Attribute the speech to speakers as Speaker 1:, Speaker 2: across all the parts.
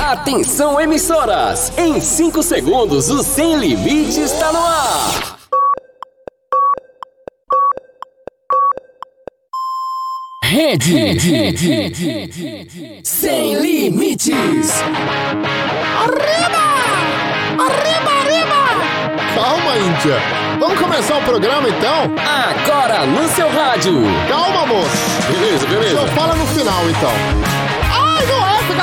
Speaker 1: Atenção, emissoras! Em 5 segundos, o Sem Limite está no ar! Rede, Rede, Rede, Sem Limites!
Speaker 2: Arriba! Arriba, arriba!
Speaker 3: Calma, Índia. Vamos começar o programa então?
Speaker 1: Agora no seu rádio!
Speaker 3: Calma, moço.
Speaker 1: Beleza,
Speaker 3: Só fala no final então. Ai, não é? Fica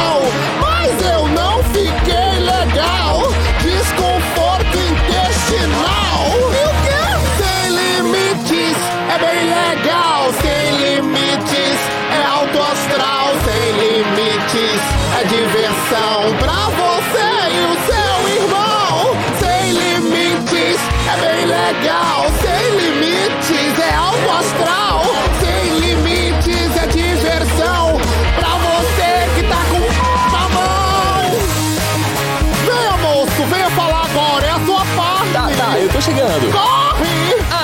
Speaker 3: mas eu não fiquei legal. Desconforto intestinal. E o que? Sem limites é bem legal. Sem limites é alto astral. Sem limites é diversão pra você e o seu irmão. Sem limites é bem legal. Sem limites é alto astral. Sem limites é diversão pra você que tá com na mão. Venha, moço, venha falar agora, é a sua parte.
Speaker 1: Tá, tá, eu tô chegando.
Speaker 3: Corre!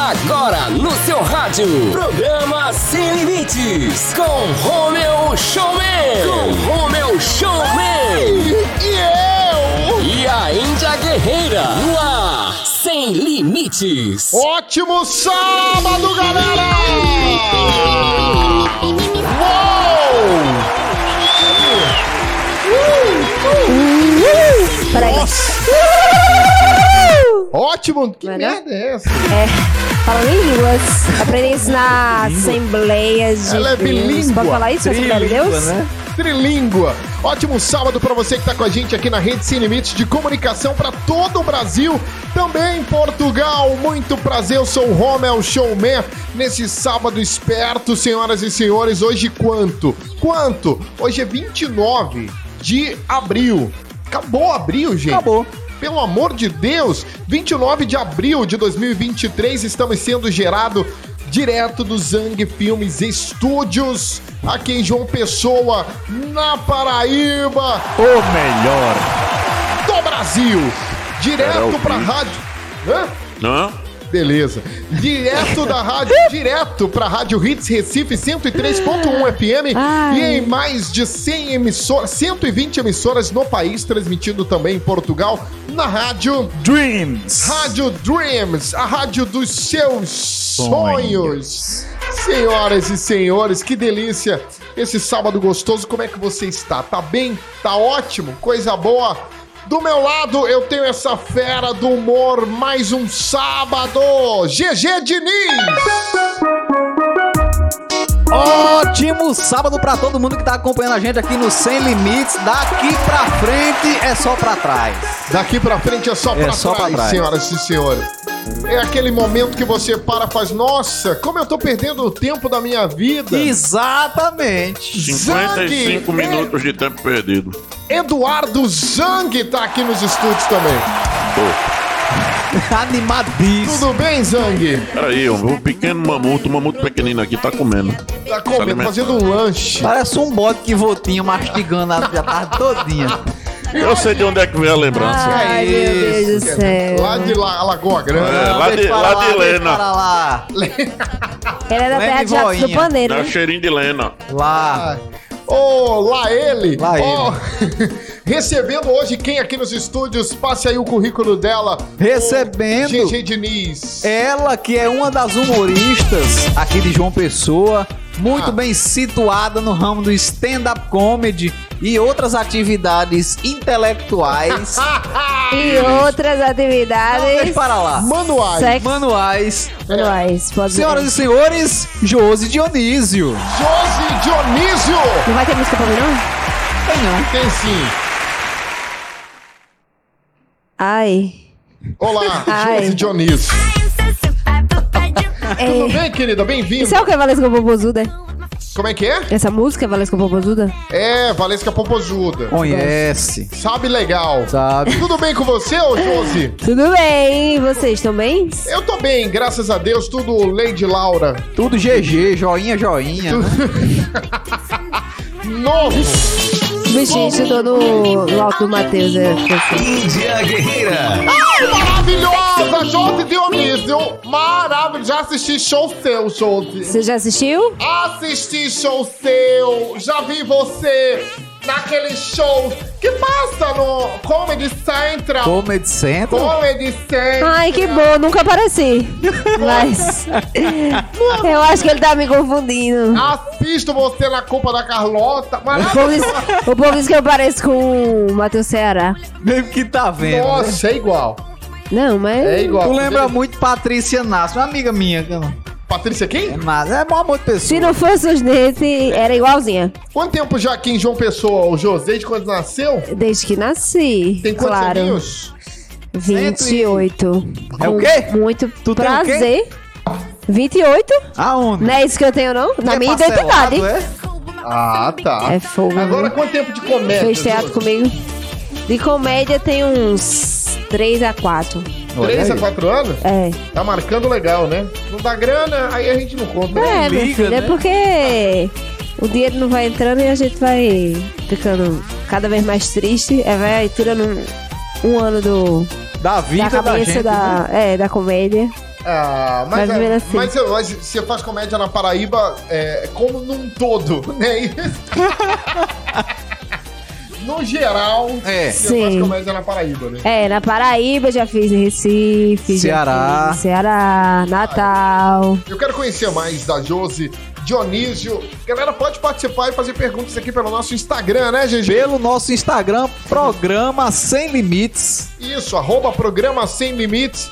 Speaker 1: Agora no seu rádio, programa Sem Limites, com Romeu Showman, com Romeu Showman
Speaker 3: E eu?
Speaker 1: e a Índia Guerreira no ar, Sem Limites.
Speaker 3: Ótimo sábado, galera! Uou!
Speaker 2: Peraí.
Speaker 3: Nossa! Ótimo! Que
Speaker 2: Melhor?
Speaker 3: merda é essa?
Speaker 2: É, falando em línguas, aprendem isso na Assembleia de
Speaker 3: Ela é
Speaker 2: Deus.
Speaker 3: bilíngua.
Speaker 2: Pode falar isso, Assembleia de Deus?
Speaker 3: Trilíngua. Ótimo sábado pra você que tá com a gente aqui na Rede Sem Limites de comunicação pra todo o Brasil, também em Portugal. Muito prazer, eu sou o Romel Showman. Nesse sábado esperto, senhoras e senhores, hoje quanto? Quanto? Hoje é 29 de abril. Acabou abril, gente.
Speaker 4: Acabou.
Speaker 3: Pelo amor de Deus, 29 de abril de 2023 estamos sendo gerado direto do Zang Filmes Estúdios, aqui em João Pessoa, na Paraíba,
Speaker 4: O melhor.
Speaker 3: do Brasil. Direto
Speaker 4: Era
Speaker 3: pra
Speaker 4: ao vivo.
Speaker 3: rádio. Hã?
Speaker 4: Não?
Speaker 3: Beleza. Direto da rádio, direto pra Rádio Hits Recife 103.1 FM um e em mais de 100 emissoras, 120 emissoras no país, transmitindo também em Portugal na rádio
Speaker 4: Dreams.
Speaker 3: Rádio Dreams, a rádio dos seus sonhos. Senhoras e senhores, que delícia esse sábado gostoso. Como é que você está? Tá bem? Tá ótimo? Coisa boa? Do meu lado, eu tenho essa fera do humor, mais um sábado. GG Diniz!
Speaker 4: Ótimo sábado pra todo mundo que tá acompanhando a gente aqui no Sem Limites. Daqui pra frente é só pra trás.
Speaker 3: Daqui pra frente é só pra,
Speaker 4: É só pra
Speaker 3: trás,
Speaker 4: trás.
Speaker 3: senhoras e senhores. É aquele momento que você para e faz, nossa, como eu tô perdendo o tempo da minha vida.
Speaker 4: Exatamente.
Speaker 5: 55
Speaker 3: Zang,
Speaker 5: minutos de tempo perdido.
Speaker 3: Eduardo Zang tá aqui nos estúdios também.
Speaker 4: Animadíssimo.
Speaker 3: Tudo bem, Zang?
Speaker 5: Peraí, ó, o pequeno mamuto, o mamuto pequenino aqui tá comendo.
Speaker 3: Tá comendo,
Speaker 5: alimentando.
Speaker 3: fazendo um lanche.
Speaker 4: Parece um bode que votinho mastigando a a tarde todinha.
Speaker 5: Eu sei de onde é que vem a lembrança.
Speaker 2: Ai,
Speaker 4: Que
Speaker 3: é
Speaker 2: meu Deus do céu.
Speaker 3: Lá de La Lagoa
Speaker 5: É,
Speaker 3: Grande.
Speaker 5: lá
Speaker 4: Deixa
Speaker 5: de-
Speaker 4: pra
Speaker 5: lá de
Speaker 4: deixa
Speaker 5: Lena.
Speaker 4: pra lá.
Speaker 2: Ele é da
Speaker 4: Leve
Speaker 2: terra de Jatos do
Speaker 4: voinha.
Speaker 2: Paneiro,
Speaker 5: Dá
Speaker 2: né?
Speaker 5: cheirinho de Lena.
Speaker 4: Lá.
Speaker 3: Ô, lá ele.
Speaker 4: Lá
Speaker 3: Ó, Recebendo hoje quem aqui nos estúdios, passe aí o currículo dela.
Speaker 4: Recebendo.
Speaker 3: GG Diniz.
Speaker 4: Ela que é uma das humoristas aqui de João Pessoa, muito
Speaker 3: Ah.
Speaker 4: bem situada no ramo do stand-up comedy e outras atividades intelectuais.
Speaker 3: Ah,
Speaker 2: E outras
Speaker 4: Deixa
Speaker 2: atividades
Speaker 4: para lá.
Speaker 3: Manuais.
Speaker 2: Sexo.
Speaker 4: Manuais.
Speaker 2: manuais. Pode
Speaker 4: Senhoras e senhores, Josi Dionísio.
Speaker 3: Josi Dionísio.
Speaker 2: Não vai ter música pra mim, não?
Speaker 3: Tem sim.
Speaker 2: Ai.
Speaker 3: Olá,
Speaker 2: Ai.
Speaker 3: Josi Dionísio.
Speaker 2: É.
Speaker 3: Tudo bem, querida? Bem-vinda.
Speaker 2: é Isso é o que, Valesca Bobozuda?
Speaker 3: Como é que é?
Speaker 2: Essa música, Valesca Popozuda?
Speaker 3: É, Valesca Popozuda.
Speaker 4: Conhece.
Speaker 3: Sabe legal.
Speaker 4: Sabe.
Speaker 3: Tudo bem com você, ô Josi?
Speaker 2: Tudo bem, vocês estão bem?
Speaker 3: Eu tô bem, graças a Deus, tudo Lady Laura.
Speaker 4: Tudo GG, joinha, joinha. né?
Speaker 3: Novo!
Speaker 2: Bichinho, eu tô no no alto do Matheus, é. assim.
Speaker 1: Índia Guerreira.
Speaker 3: Maravilhosa! Josi Dionísio! Maravilhoso! Já assisti show seu, Josi.
Speaker 2: Você já assistiu?
Speaker 3: Assisti show seu! Já vi você naquele show que passa no Comedy Central.
Speaker 4: Comedy Central.
Speaker 3: Comedy Central.
Speaker 2: Ai, que bom, nunca apareci. Mas. Eu acho que ele tá me confundindo.
Speaker 3: Assisto você na Copa da Carlota.
Speaker 2: O povo
Speaker 3: Maravilhoso!
Speaker 2: diz, o povo diz que eu pareço com o Matheus Ceará.
Speaker 4: Mesmo que tá vendo. né?
Speaker 3: Nossa, é igual.
Speaker 2: Não,
Speaker 3: É
Speaker 2: mas.
Speaker 3: igual.
Speaker 4: Tu lembra muito Patrícia Nasce, uma amiga minha. que ela-
Speaker 3: Patrícia quem?
Speaker 4: É massa, é bom amor de
Speaker 2: Se
Speaker 4: pessoa.
Speaker 2: não fosse os dentes, era igualzinha.
Speaker 3: Quanto tempo já aqui em João Pessoa, o José, de quando nasceu?
Speaker 2: Desde que nasci.
Speaker 3: Tem quantos
Speaker 2: claro.
Speaker 3: aninhos?
Speaker 2: 28.
Speaker 4: É o
Speaker 2: Com
Speaker 4: quê?
Speaker 2: Muito
Speaker 4: Tu tem o quê?
Speaker 2: prazer. 28?
Speaker 4: Aonde?
Speaker 2: Não é isso que eu tenho, não? Na
Speaker 4: É
Speaker 2: minha
Speaker 4: parcelado,
Speaker 2: identidade.
Speaker 4: é?
Speaker 3: Ah, tá.
Speaker 2: É fogo.
Speaker 3: Agora,
Speaker 2: né?
Speaker 3: quanto tempo de comédia?
Speaker 4: é
Speaker 2: Fez teatro
Speaker 3: José?
Speaker 2: comigo. De comédia tem uns 3 a 4.
Speaker 3: Três
Speaker 4: Olha
Speaker 3: a
Speaker 4: aí.
Speaker 3: quatro anos?
Speaker 2: É.
Speaker 3: Tá marcando legal, né? Não dá grana, aí a gente não conta. né?
Speaker 2: É, meu
Speaker 4: liga,
Speaker 2: filho, é
Speaker 4: né?
Speaker 2: porque o dinheiro não vai entrando e a gente vai ficando cada vez mais triste. É, vai tirando um, um ano do,
Speaker 4: Da
Speaker 2: da
Speaker 4: vida da,
Speaker 2: cabeça
Speaker 4: gente.
Speaker 2: da,
Speaker 4: né?
Speaker 2: é, da comédia.
Speaker 3: Ah, mas,
Speaker 2: Mais ou
Speaker 3: é-
Speaker 2: menos assim.
Speaker 3: mas, é- mas você faz comédia na Paraíba é, como num todo, né? Isso. no geral,
Speaker 4: É.
Speaker 3: você faz
Speaker 2: Sim.
Speaker 3: comédia na Paraíba, né?
Speaker 2: É, na Paraíba já fiz em Recife, já
Speaker 4: Ceará.
Speaker 2: fiz em Ceará, Natal.
Speaker 3: Eu quero conhecer mais da Josi, Dionísio. Galera, pode participar e fazer perguntas aqui pelo nosso Instagram, né, GG?
Speaker 4: Pelo nosso Instagram, programa Sem Limites.
Speaker 3: Isso, arroba programa Sem Limites.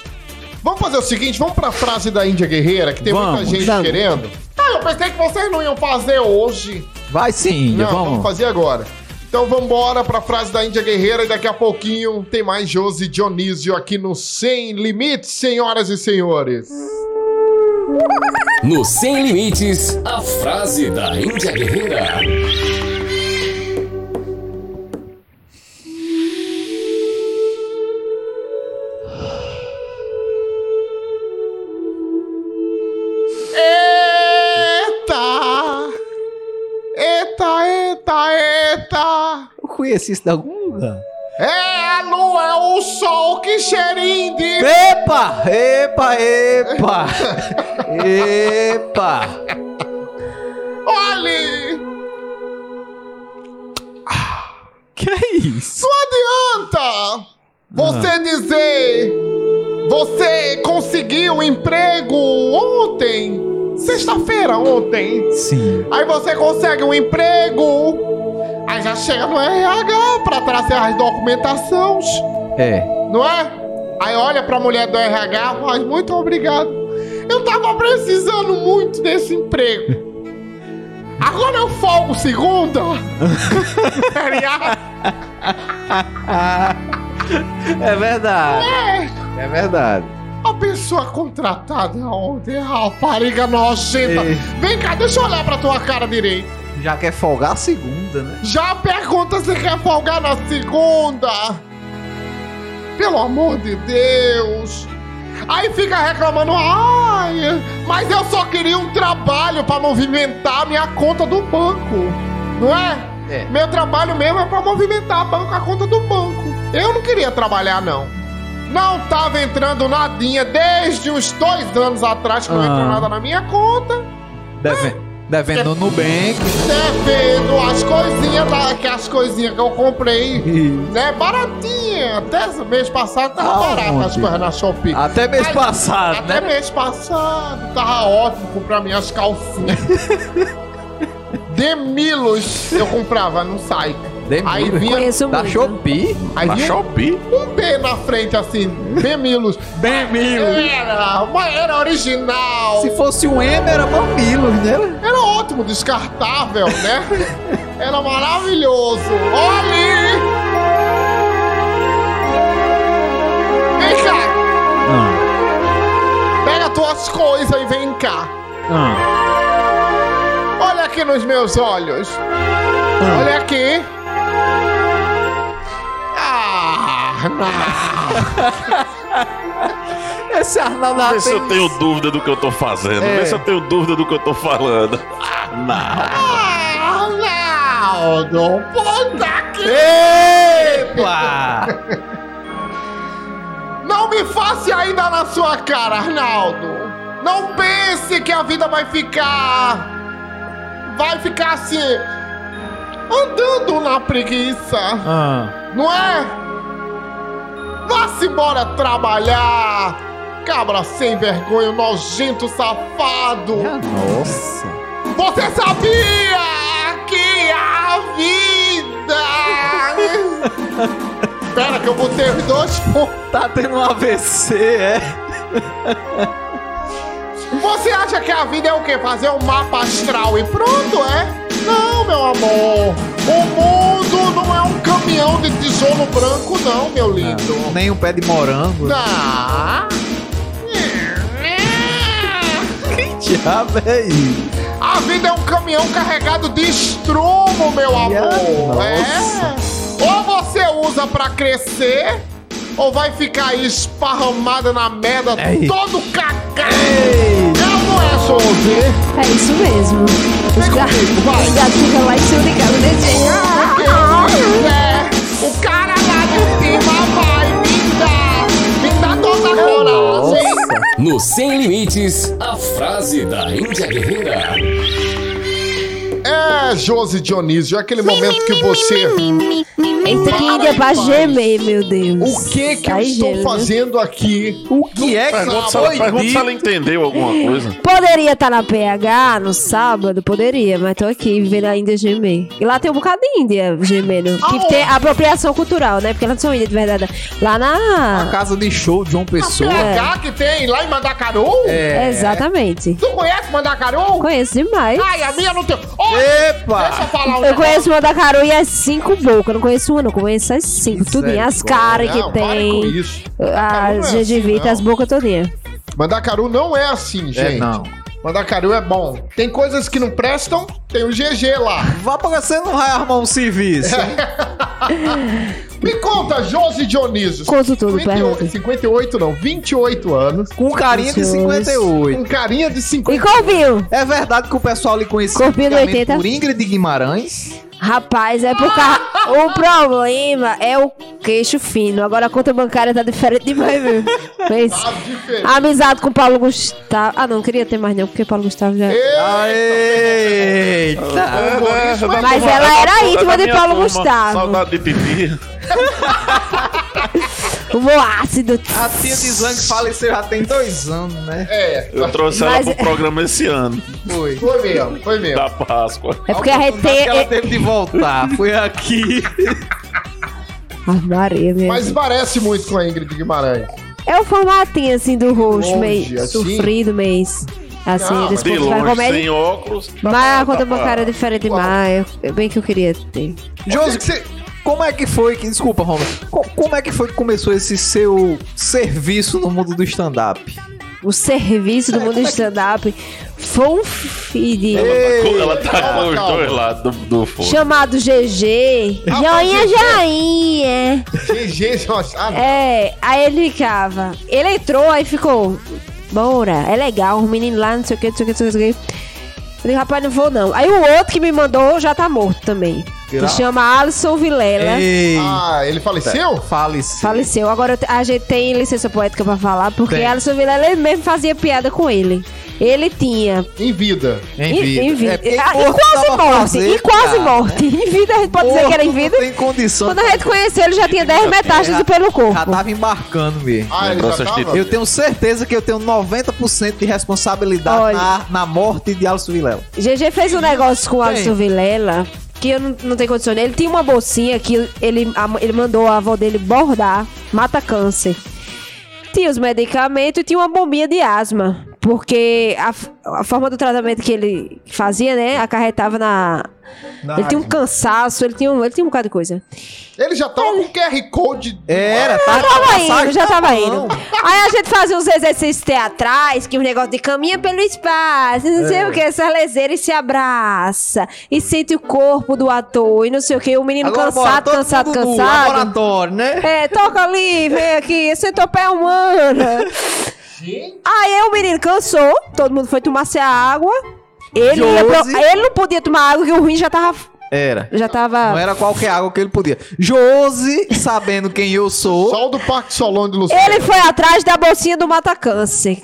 Speaker 3: Vamos fazer o seguinte, vamos pra frase da Índia Guerreira, que tem muita
Speaker 4: Vamos,
Speaker 3: gente
Speaker 2: vamos.
Speaker 3: querendo. Ah, eu pensei que vocês não iam fazer hoje.
Speaker 4: Vai sim, Índia,
Speaker 3: Não, vamos.
Speaker 4: vamos.
Speaker 3: fazer agora. Então vamos embora pra frase da Índia Guerreira e daqui a pouquinho tem mais Josi Dionísio aqui no Sem Limites, senhoras e senhores.
Speaker 1: No Sem Limites, a frase da Índia Guerreira.
Speaker 3: Eita! Eita, eita, eita!
Speaker 4: Eu conheci isso de algum lugar.
Speaker 3: É a lua, é o sol, que cheirinho de...
Speaker 4: Epa! Epa, epa! epa!
Speaker 3: Olhe!
Speaker 4: Que é isso?
Speaker 3: Não adianta você dizer você conseguiu um emprego ontem, sexta-feira ontem.
Speaker 4: Sim.
Speaker 3: Aí você consegue um emprego, aí já chega no RH pra trazer as documentações,
Speaker 4: É.
Speaker 3: não é? Aí olha pra mulher do RH, faz muito obrigado. Eu tava precisando muito desse emprego. Agora eu folgo segunda. Tá Feriado.
Speaker 4: Ah, É verdade. É verdade.
Speaker 3: A pessoa contratada ontem, rapariga nojenta.
Speaker 4: Ei.
Speaker 3: Vem cá, deixa eu olhar pra tua cara direito.
Speaker 4: Já quer folgar a segunda, né?
Speaker 3: Já pergunta se quer folgar na segunda. Pelo amor de Deus. Aí fica reclamando, ai, mas eu só queria um trabalho pra movimentar a minha conta do banco, não é?
Speaker 4: É.
Speaker 3: Meu trabalho mesmo é pra movimentar a, banco, a conta do banco. Eu não queria trabalhar, não. Não tava entrando nadinha desde uns dois anos atrás que não
Speaker 4: Ah.
Speaker 3: entra nada na minha conta.
Speaker 4: Deve- Devendo no Nubank.
Speaker 3: Devendo as coisinhas, da, que as coisinhas que eu comprei,
Speaker 4: E-
Speaker 3: né? Baratinha. Até esse mês passado tava
Speaker 4: Ah,
Speaker 3: barato as
Speaker 4: onde?
Speaker 3: coisas na Shopee.
Speaker 4: Até mês
Speaker 3: Ai,
Speaker 4: passado,
Speaker 3: Até
Speaker 4: Ah, né?
Speaker 3: mês passado tava ótimo comprar minhas calcinhas. Demilos eu comprava no site.
Speaker 4: Demilos?
Speaker 3: Aí vinha
Speaker 2: Conheço
Speaker 4: Da
Speaker 2: muito.
Speaker 4: Tá Shopee.
Speaker 3: Aí
Speaker 5: Na
Speaker 3: vinha
Speaker 5: Shopee?
Speaker 3: um B na frente, assim, Bemilos.
Speaker 4: Bem
Speaker 3: Era, mas era original.
Speaker 4: Se fosse um M, era mamilos, né?
Speaker 3: Era ótimo, descartável, né? era maravilhoso. Olhe! Vem cá,
Speaker 4: Ah,
Speaker 3: pega tuas coisas e vem cá.
Speaker 4: ah.
Speaker 3: Olha aqui nos meus olhos. Olha aqui. Ah,
Speaker 4: Esse Arnaldo
Speaker 5: Vê se eu
Speaker 4: tem-
Speaker 5: tenho dúvida do que eu tô fazendo.
Speaker 4: É.
Speaker 5: Vê se eu tenho dúvida do que eu tô falando. Ah,
Speaker 3: Arnaldo, puta que...
Speaker 4: Epa!
Speaker 3: Não me face ainda na sua cara, Arnaldo. Não pense que a vida vai ficar... Vai ficar assim... Andando na preguiça.
Speaker 4: Ah,
Speaker 3: não é? Vá-se embora trabalhar! Cabra sem vergonha, nojento, safado!
Speaker 4: minha nossa!
Speaker 3: Você sabia que a vida... Pera que eu botei os dois pontos.
Speaker 4: Tá tendo um AVC, é?
Speaker 3: Você acha que a vida é o quê? Fazer um mapa astral e pronto, é? Não, meu amor. O mundo não é um caminhão de tijolo branco, não, meu lindo.
Speaker 4: Nem um pé de morango.
Speaker 3: Tá.
Speaker 4: Que diabo é isso?
Speaker 3: A vida é um caminhão carregado de estrumo, meu amor. É. Ou você usa pra crescer, ou vai ficar aí esparramada na merda
Speaker 4: Ei.
Speaker 3: todo cagado.
Speaker 4: Ei.
Speaker 3: Não é, Souza.
Speaker 2: É isso mesmo. Os
Speaker 3: Vem
Speaker 2: gatos
Speaker 3: comigo, vai.
Speaker 2: gato ficam lá e se ligados, né, gente?
Speaker 3: É, o cara lá de cima vai me dar. Me dá toda a coragem.
Speaker 1: No Sem Limites, a frase da Índia Guerreira.
Speaker 3: É, Josi Dionísio, é aquele momento que você...
Speaker 2: Eita, que ainda é pra gemer, meu Deus. Tá né?
Speaker 3: O que que eu
Speaker 2: Ai,
Speaker 3: estou
Speaker 2: gêmeo.
Speaker 3: fazendo aqui?
Speaker 4: O que é que
Speaker 5: Pergunta, se ela,
Speaker 4: foi
Speaker 5: pergunta se
Speaker 4: dito?
Speaker 5: ela entendeu alguma coisa.
Speaker 2: Poderia estar na PH no sábado, poderia, mas tô aqui vendo a Índia gemer. E lá tem um bocado de Índia gemendo. Que tem apropriação cultural, né? Porque elas não são Índia de verdade. Lá
Speaker 4: A
Speaker 3: Ah,
Speaker 2: na.
Speaker 4: casa de show de João Pessoa.
Speaker 3: PH que tem lá em Mandacaru?
Speaker 4: É.
Speaker 3: é.
Speaker 2: Exatamente.
Speaker 3: Tu conhece Mandacaru?
Speaker 2: Conheço demais.
Speaker 3: Ai, a minha não tem. Ô, deixa eu
Speaker 4: Epa!
Speaker 3: falar um
Speaker 2: Eu
Speaker 3: negócio.
Speaker 2: conheço uma da Caru e as cinco bocas. Eu Não conheço uma, não. Conheço as cinco. Tudinho. As caras que
Speaker 3: é Não, pare com
Speaker 2: tem.
Speaker 3: isso. Mandacaru não
Speaker 2: As
Speaker 3: é assim,
Speaker 2: gengivitas,
Speaker 3: não.
Speaker 2: as bocas todinha.
Speaker 3: Mandacaru não é assim, gente.
Speaker 4: não.
Speaker 3: Mandacaru é bom. Tem coisas que não prestam, tem o GG lá.
Speaker 4: Vá pra você não vai armar um serviço.
Speaker 3: Me conta, Josi Dionísio.
Speaker 2: Conto tudo,
Speaker 3: 58,
Speaker 2: pergunta.
Speaker 3: 58 não, 28 anos.
Speaker 4: Com carinha de
Speaker 2: Deus.
Speaker 4: 58.
Speaker 3: Com carinha de 50.
Speaker 2: E Corvinho?
Speaker 4: É verdade que o pessoal lhe conhecia
Speaker 2: Corpinho do
Speaker 4: antigamente
Speaker 2: 80.
Speaker 4: por Ingrid Guimarães.
Speaker 2: Rapaz, é por causa. O problema é o queixo fino. Agora a conta bancária tá diferente demais, viu? Fez.
Speaker 3: Tá diferente.
Speaker 2: Amizade com Paulo Gustavo. Ah, não, queria ter mais não, porque Paulo Gustavo já.
Speaker 4: Eita!
Speaker 3: Humorismo é
Speaker 2: Mas
Speaker 3: bom.
Speaker 2: ela era
Speaker 5: Da
Speaker 2: íntima de
Speaker 5: minha
Speaker 2: Paulo
Speaker 5: turma,
Speaker 2: Gustavo.
Speaker 5: Saudade de Titi.
Speaker 2: Humor ácido.
Speaker 4: A tia de Zang faleceu já tem dois anos, né?
Speaker 3: É,
Speaker 5: Eu trouxe ela
Speaker 2: Mas-
Speaker 5: pro programa esse ano,
Speaker 4: Foi.
Speaker 3: foi mesmo, foi mesmo.
Speaker 5: da Páscoa.
Speaker 2: É porque a gente
Speaker 4: Oportunidade que Ela
Speaker 2: tem.
Speaker 4: teve de voltar. Foi aqui.
Speaker 2: Ah, Maria, minha.
Speaker 3: Mas parece muito com a Ingrid Guimarães.
Speaker 2: É o formatinho assim do rosto,
Speaker 3: Longe,
Speaker 2: meio
Speaker 3: assim.
Speaker 2: sofrido, meio. Assim,
Speaker 3: Não,
Speaker 2: eles
Speaker 5: De
Speaker 2: contam
Speaker 5: longe, sem
Speaker 2: comédia.
Speaker 5: óculos. tá
Speaker 2: Mas a
Speaker 5: pra-
Speaker 2: conta
Speaker 5: tá pra-
Speaker 2: bancária é diferente demais. É bem que eu queria ter.
Speaker 4: Josi, que você- Como é que foi que. Desculpa, Romulo. Co- Como é que foi que começou esse seu serviço no mundo do stand-up?
Speaker 2: O serviço do mundo stand-up foi um feed
Speaker 5: Ela tá
Speaker 3: Calma,
Speaker 5: com os
Speaker 3: calma.
Speaker 5: dois lados do, do fogo.
Speaker 2: chamado GG.
Speaker 3: Ah,
Speaker 2: Joinha,
Speaker 3: mas
Speaker 4: é-
Speaker 3: GG.
Speaker 2: joinha.
Speaker 3: GG, nossa. Ah,
Speaker 2: É, aí ele ficava. Ele entrou, aí ficou. Bora, é legal, um menino lá, não sei o que, não sei o que, não sei o que. Eu falei, rapaz, não vou não. Aí o outro que me mandou já tá morto também.
Speaker 4: Gra-
Speaker 2: Se chama Alisson Vilela.
Speaker 4: Ei!
Speaker 3: Ah, ele faleceu?
Speaker 4: Faleceu.
Speaker 2: Faleceu. Agora eu te- a gente tem licença poética pra falar, porque
Speaker 4: Tem.
Speaker 2: Alisson Vilela ele mesmo fazia piada com ele. Ele tinha.
Speaker 3: Em vida.
Speaker 4: Em vida.
Speaker 2: Em, em vida.
Speaker 4: É, porque
Speaker 2: Ah, e
Speaker 4: morto
Speaker 2: quase
Speaker 4: dava
Speaker 2: morte.
Speaker 4: prazer,
Speaker 2: e quase
Speaker 4: cara,
Speaker 2: morte. Em vida a gente pode dizer que era em
Speaker 4: Morto
Speaker 2: vida.
Speaker 4: Não tem condição.
Speaker 2: Quando a gente conheceu, ele já tinha 10 metástases
Speaker 4: É,
Speaker 2: pelo
Speaker 4: Já
Speaker 2: corpo.
Speaker 4: tava embarcando mesmo.
Speaker 3: Ah, ele
Speaker 5: Lembranças
Speaker 3: já tava?
Speaker 5: de-
Speaker 4: Eu tenho certeza que eu tenho 90% de responsabilidade
Speaker 2: Olha.
Speaker 4: na, na morte de Alisson Vilela.
Speaker 2: GG fez um negócio com o Alisson
Speaker 4: Tem.
Speaker 2: Vilela que eu não, não tenho condição. Ele tinha uma bolsinha que ele, a- ele mandou a avó dele bordar, mata câncer. Tinha os medicamentos e tinha uma bombinha de asma. Porque a, f- a forma do tratamento que ele fazia, né, acarretava na.
Speaker 3: Na
Speaker 2: ele tinha um
Speaker 3: asma.
Speaker 2: cansaço, ele tinha um, ele tinha um bocado de coisa.
Speaker 3: Ele já tava com QR Code.
Speaker 4: Era,
Speaker 2: Já
Speaker 4: tá.
Speaker 2: tava
Speaker 4: passagem
Speaker 2: indo, já
Speaker 4: tá
Speaker 2: tava
Speaker 4: bom.
Speaker 2: indo. Aí a gente fazia uns exercícios teatrais, que um negócio de caminha pelo espaço, não
Speaker 4: É.
Speaker 2: sei o que, essas leseiras e se abraça, e sente o corpo do ator, e não sei o que, o menino
Speaker 4: Agora bora,
Speaker 2: cansado,
Speaker 4: todo
Speaker 2: cansado,
Speaker 4: mundo no
Speaker 2: cansado.
Speaker 4: Laboratório, né?
Speaker 2: É, toca ali, vem aqui, esse teu pé humana. Aí o menino cansou, todo mundo foi tomar se a água. Ele, ia pro-
Speaker 4: Josi.
Speaker 2: ele não podia tomar água, que o ruim já tava.
Speaker 4: Era.
Speaker 2: Já
Speaker 4: Não é
Speaker 2: tava.
Speaker 4: era qualquer água que ele podia. Josi, sabendo quem eu sou.
Speaker 3: Sol do Parque Solon de Lucena.
Speaker 2: Ele foi atrás da bolsinha do Mata Câncer.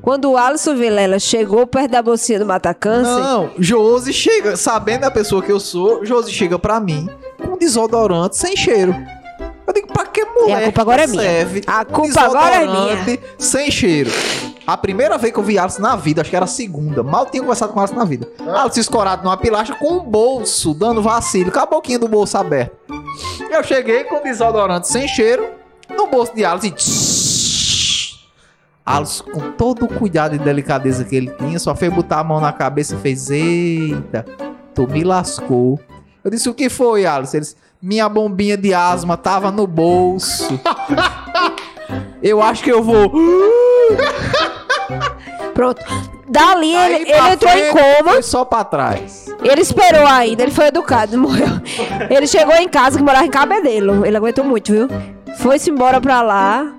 Speaker 2: Quando o Alisson Vilela chegou perto da bolsinha do Mata Câncer,
Speaker 4: Não, Josi chega, sabendo a pessoa que eu sou, Josi chega pra mim com um desodorante sem cheiro. Eu digo, pra que mulher?
Speaker 2: a culpa agora é minha.
Speaker 4: Serve
Speaker 2: A
Speaker 4: um
Speaker 2: culpa agora é
Speaker 4: desodorante Sem cheiro. A primeira vez que eu vi Alice na vida, acho que era a segunda. Mal tinha conversado com Alice na vida. Alice escorado numa pilastra com um bolso, dando vacilo, com a boquinha do bolso aberto. Eu cheguei com um desodorante sem cheiro, no bolso de Alice e. tsh. Alice, com todo o cuidado e delicadeza que ele tinha, só fez botar a mão na cabeça e fez: Eita, tu me lascou. Eu disse: O que foi, Alice? Ele disse: Minha bombinha de asma tava no bolso. eu acho que eu vou.
Speaker 2: pronto. Dali ele,
Speaker 4: Aí pra
Speaker 2: ele entrou em
Speaker 4: frente,
Speaker 2: coma.
Speaker 4: Foi só pra trás.
Speaker 2: Ele esperou ainda, ele foi educado, não morreu. Ele chegou em casa que morava em Cabedelo. Ele aguentou muito, viu? Foi-se embora pra lá.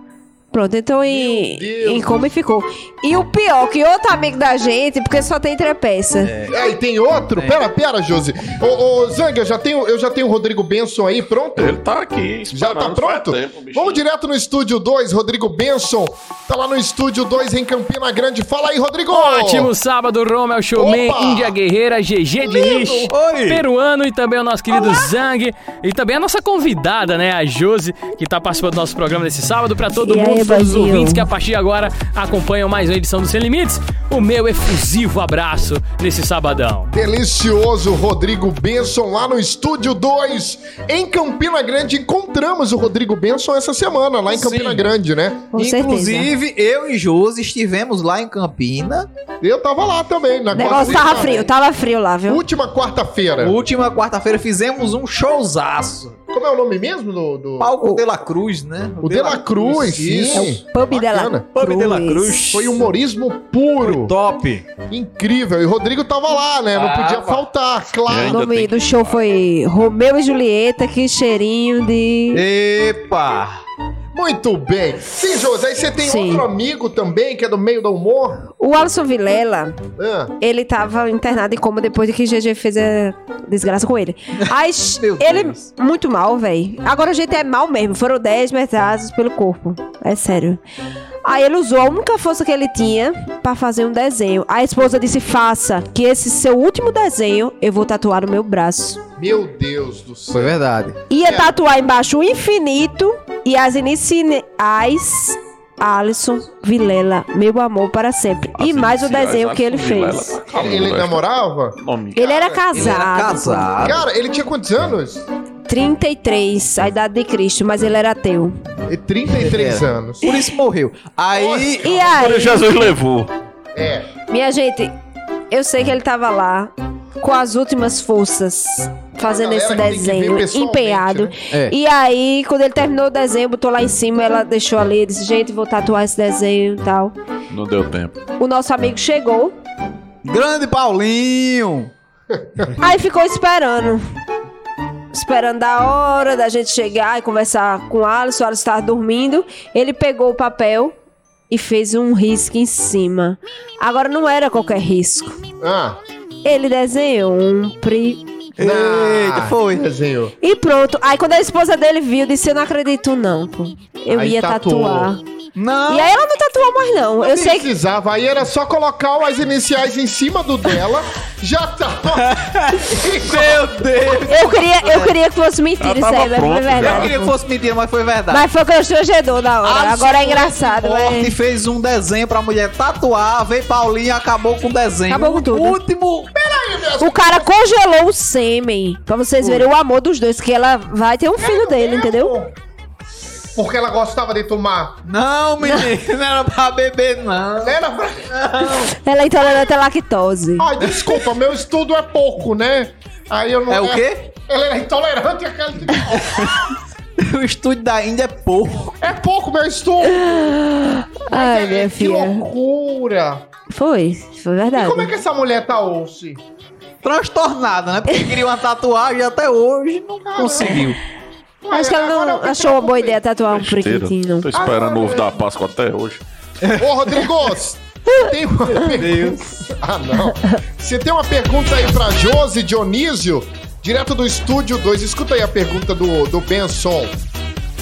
Speaker 2: Pronto, então em,
Speaker 3: Deus.
Speaker 2: em coma e ficou. E o pior, que outro amigo da gente, porque só tem trepeça.
Speaker 3: É, e tem outro? Pera, pera, Josi. Ô, ô Zanga, eu já tenho, eu já tenho o Rodrigo Benson aí, pronto?
Speaker 5: Ele tá aqui.
Speaker 3: Já tá
Speaker 5: esperando faz
Speaker 3: pronto?
Speaker 5: tempo, bichinho.
Speaker 3: Vamos direto no estúdio 2, Rodrigo Benson. Tá lá no estúdio 2 em Campina Grande. Fala aí, Rodrigo!
Speaker 1: Ótimo sábado, Romel Showman,
Speaker 3: Opa!
Speaker 1: Índia Guerreira, GG Diniz,
Speaker 4: Oi!
Speaker 1: peruano e também o nosso querido Zang. E também a nossa convidada, né, a Josi, que tá participando do nosso programa nesse sábado. Pra todo
Speaker 2: E
Speaker 1: mundo,
Speaker 2: aí,
Speaker 1: todos os
Speaker 2: Brasil?
Speaker 1: ouvintes que a partir de agora acompanham mais uma edição do Sem Limites, o meu efusivo abraço nesse sabadão.
Speaker 3: Delicioso Rodrigo Benson lá no estúdio 2 em Campina Grande. Encontramos o Rodrigo Benson essa semana lá em Campina
Speaker 1: Sim.
Speaker 3: Grande, né?
Speaker 2: Com certeza.
Speaker 4: Inclusive, eu e Josi estivemos lá em Campina,
Speaker 3: Eu tava lá também na
Speaker 2: O negócio tava frio, tá? tava frio lá, viu?
Speaker 3: Última quarta-feira.
Speaker 4: última quarta-feira, fizemos um showzaço.
Speaker 3: Como é o nome mesmo do. do...
Speaker 4: Palco De La Cruz, né?
Speaker 3: O De La Cruz,
Speaker 2: É
Speaker 3: isso.
Speaker 2: Pub de la
Speaker 3: Bacana.
Speaker 4: Pub de La
Speaker 2: Cruz.
Speaker 4: Cruz.
Speaker 3: Foi humorismo puro.
Speaker 4: Top.
Speaker 3: Incrível. E o Rodrigo tava lá, né? Não podia
Speaker 4: Tava.
Speaker 3: faltar,
Speaker 5: É,
Speaker 2: O
Speaker 5: ainda
Speaker 3: claro.
Speaker 2: nome
Speaker 5: tem
Speaker 2: do
Speaker 5: que
Speaker 2: show foi Romeu e Julieta, que cheirinho de.
Speaker 4: Epa!
Speaker 3: Muito bem. Sim, José, aí você tem
Speaker 2: Sim.
Speaker 3: outro amigo também, que é do meio do humor.
Speaker 2: O Alisson Vilela,
Speaker 3: Ah.
Speaker 2: ele tava internado em coma depois de que GG fez a desgraça com ele. Aí sh-
Speaker 4: Meu
Speaker 2: ele,
Speaker 4: Deus.
Speaker 2: muito mal, velho. Agora a gente é mal mesmo. Foram 10 metrados pelo corpo. É sério. Aí ele usou a única força que ele tinha pra fazer um desenho. A esposa disse: Faça, que esse seu último desenho eu vou tatuar no meu braço.
Speaker 3: Meu Deus do
Speaker 4: Foi
Speaker 3: céu.
Speaker 4: verdade.
Speaker 2: Ia
Speaker 3: É.
Speaker 2: tatuar embaixo o infinito e as iniciais Alisson Vilela, meu amor para sempre. e
Speaker 5: Assim,
Speaker 2: mais o
Speaker 5: sim, mas
Speaker 2: desenho
Speaker 5: a
Speaker 2: que ele
Speaker 5: Sofia,
Speaker 2: fez.
Speaker 5: ela tá
Speaker 3: Ele,
Speaker 5: calando,
Speaker 3: ele
Speaker 5: né?
Speaker 3: namorava?
Speaker 5: Nome.
Speaker 2: Ele era casado.
Speaker 4: Ele era casado.
Speaker 3: Cara, ele tinha quantos anos?
Speaker 2: pô. 33, a idade de Cristo, mas ele era ateu.
Speaker 3: E 33
Speaker 4: Era.
Speaker 3: anos.
Speaker 4: Por isso morreu. Aí.
Speaker 2: E
Speaker 5: Agora
Speaker 2: aí,
Speaker 5: Jesus levou.
Speaker 3: É.
Speaker 2: minha gente, eu sei que ele tava lá com as últimas forças. Fazendo
Speaker 3: Galera
Speaker 2: esse
Speaker 3: que tem que
Speaker 2: desenho
Speaker 3: ver pessoalmente,
Speaker 2: empenhado.
Speaker 3: né?
Speaker 4: É.
Speaker 2: E aí, quando ele terminou o desenho, botou lá em cima, ela deixou ali, disse: Gente, vou tatuar esse desenho e tal.
Speaker 5: Não deu tempo.
Speaker 2: O nosso amigo chegou,
Speaker 4: Grande Paulinho!
Speaker 2: Aí ficou esperando. Esperando a hora da gente chegar e conversar com o Alisson. O Alisson estava dormindo. Ele pegou o papel e fez um risco em cima. Agora não era qualquer risco.
Speaker 3: Ah.
Speaker 2: Ele desenhou um pri.
Speaker 3: Ah.
Speaker 4: Eita, foi.
Speaker 3: Desenhou.
Speaker 2: E pronto. Aí quando a esposa dele viu, disse: Eu não acredito, não, pô. Eu
Speaker 3: Aí
Speaker 2: ia
Speaker 3: tatuou.
Speaker 2: tatuar.
Speaker 4: Não!
Speaker 2: E aí ela não tatuou mais, não. Eu sei que.
Speaker 3: Precisava. Aí era só colocar as iniciais em cima do dela. Já tá.
Speaker 4: Meu Deus!
Speaker 2: Eu queria, eu queria que fosse mentira
Speaker 5: Ela
Speaker 2: isso
Speaker 5: tava
Speaker 2: aí, mas foi
Speaker 5: pronto, né?
Speaker 4: Eu
Speaker 2: verdade.
Speaker 4: queria que fosse mentira, mas foi verdade.
Speaker 2: Mas foi constrangedor na hora.
Speaker 4: Ah,
Speaker 2: Agora é engraçado,
Speaker 4: Forte
Speaker 2: mas...
Speaker 4: fez um desenho pra mulher tatuar, veio Paulinho acabou com o desenho.
Speaker 2: Acabou com
Speaker 4: O
Speaker 2: tudo.
Speaker 4: Último.
Speaker 2: O cara congelou o sêmen. Pra vocês verem o amor dos dois, que ela vai ter um filho dele, entendeu?
Speaker 3: Porque ela gostava de tomar.
Speaker 4: Não, menino, não era pra beber, não.
Speaker 3: Era pra...
Speaker 2: Ela é intolerante à lactose.
Speaker 3: Ai, desculpa, meu estudo é pouco, né? Aí eu não.
Speaker 4: É o quê?
Speaker 3: Ela era intolerante àquela.
Speaker 4: o estúdio da Índia é pouco.
Speaker 3: É pouco meu estudo!
Speaker 2: Ai,
Speaker 3: É,
Speaker 2: minha
Speaker 3: que
Speaker 2: filha.
Speaker 3: loucura!
Speaker 2: Foi, foi
Speaker 3: E
Speaker 2: verdade.
Speaker 3: como é que essa mulher tá hoje?
Speaker 4: Transtornada, né? Porque queria uma tatuagem e até hoje não conseguiu.
Speaker 2: Acho que ela não achou uma boa ideia tatuar um
Speaker 5: Besteira.
Speaker 2: periquitinho.
Speaker 5: Tô esperando o ovo da Páscoa até hoje.
Speaker 3: é Ô, Rodrigos! Tem uma pergunta- Ah, não. Você tem uma pergunta aí pra Josi Dionísio, direto do Estúdio 2. Escuta aí a pergunta do, do Benson.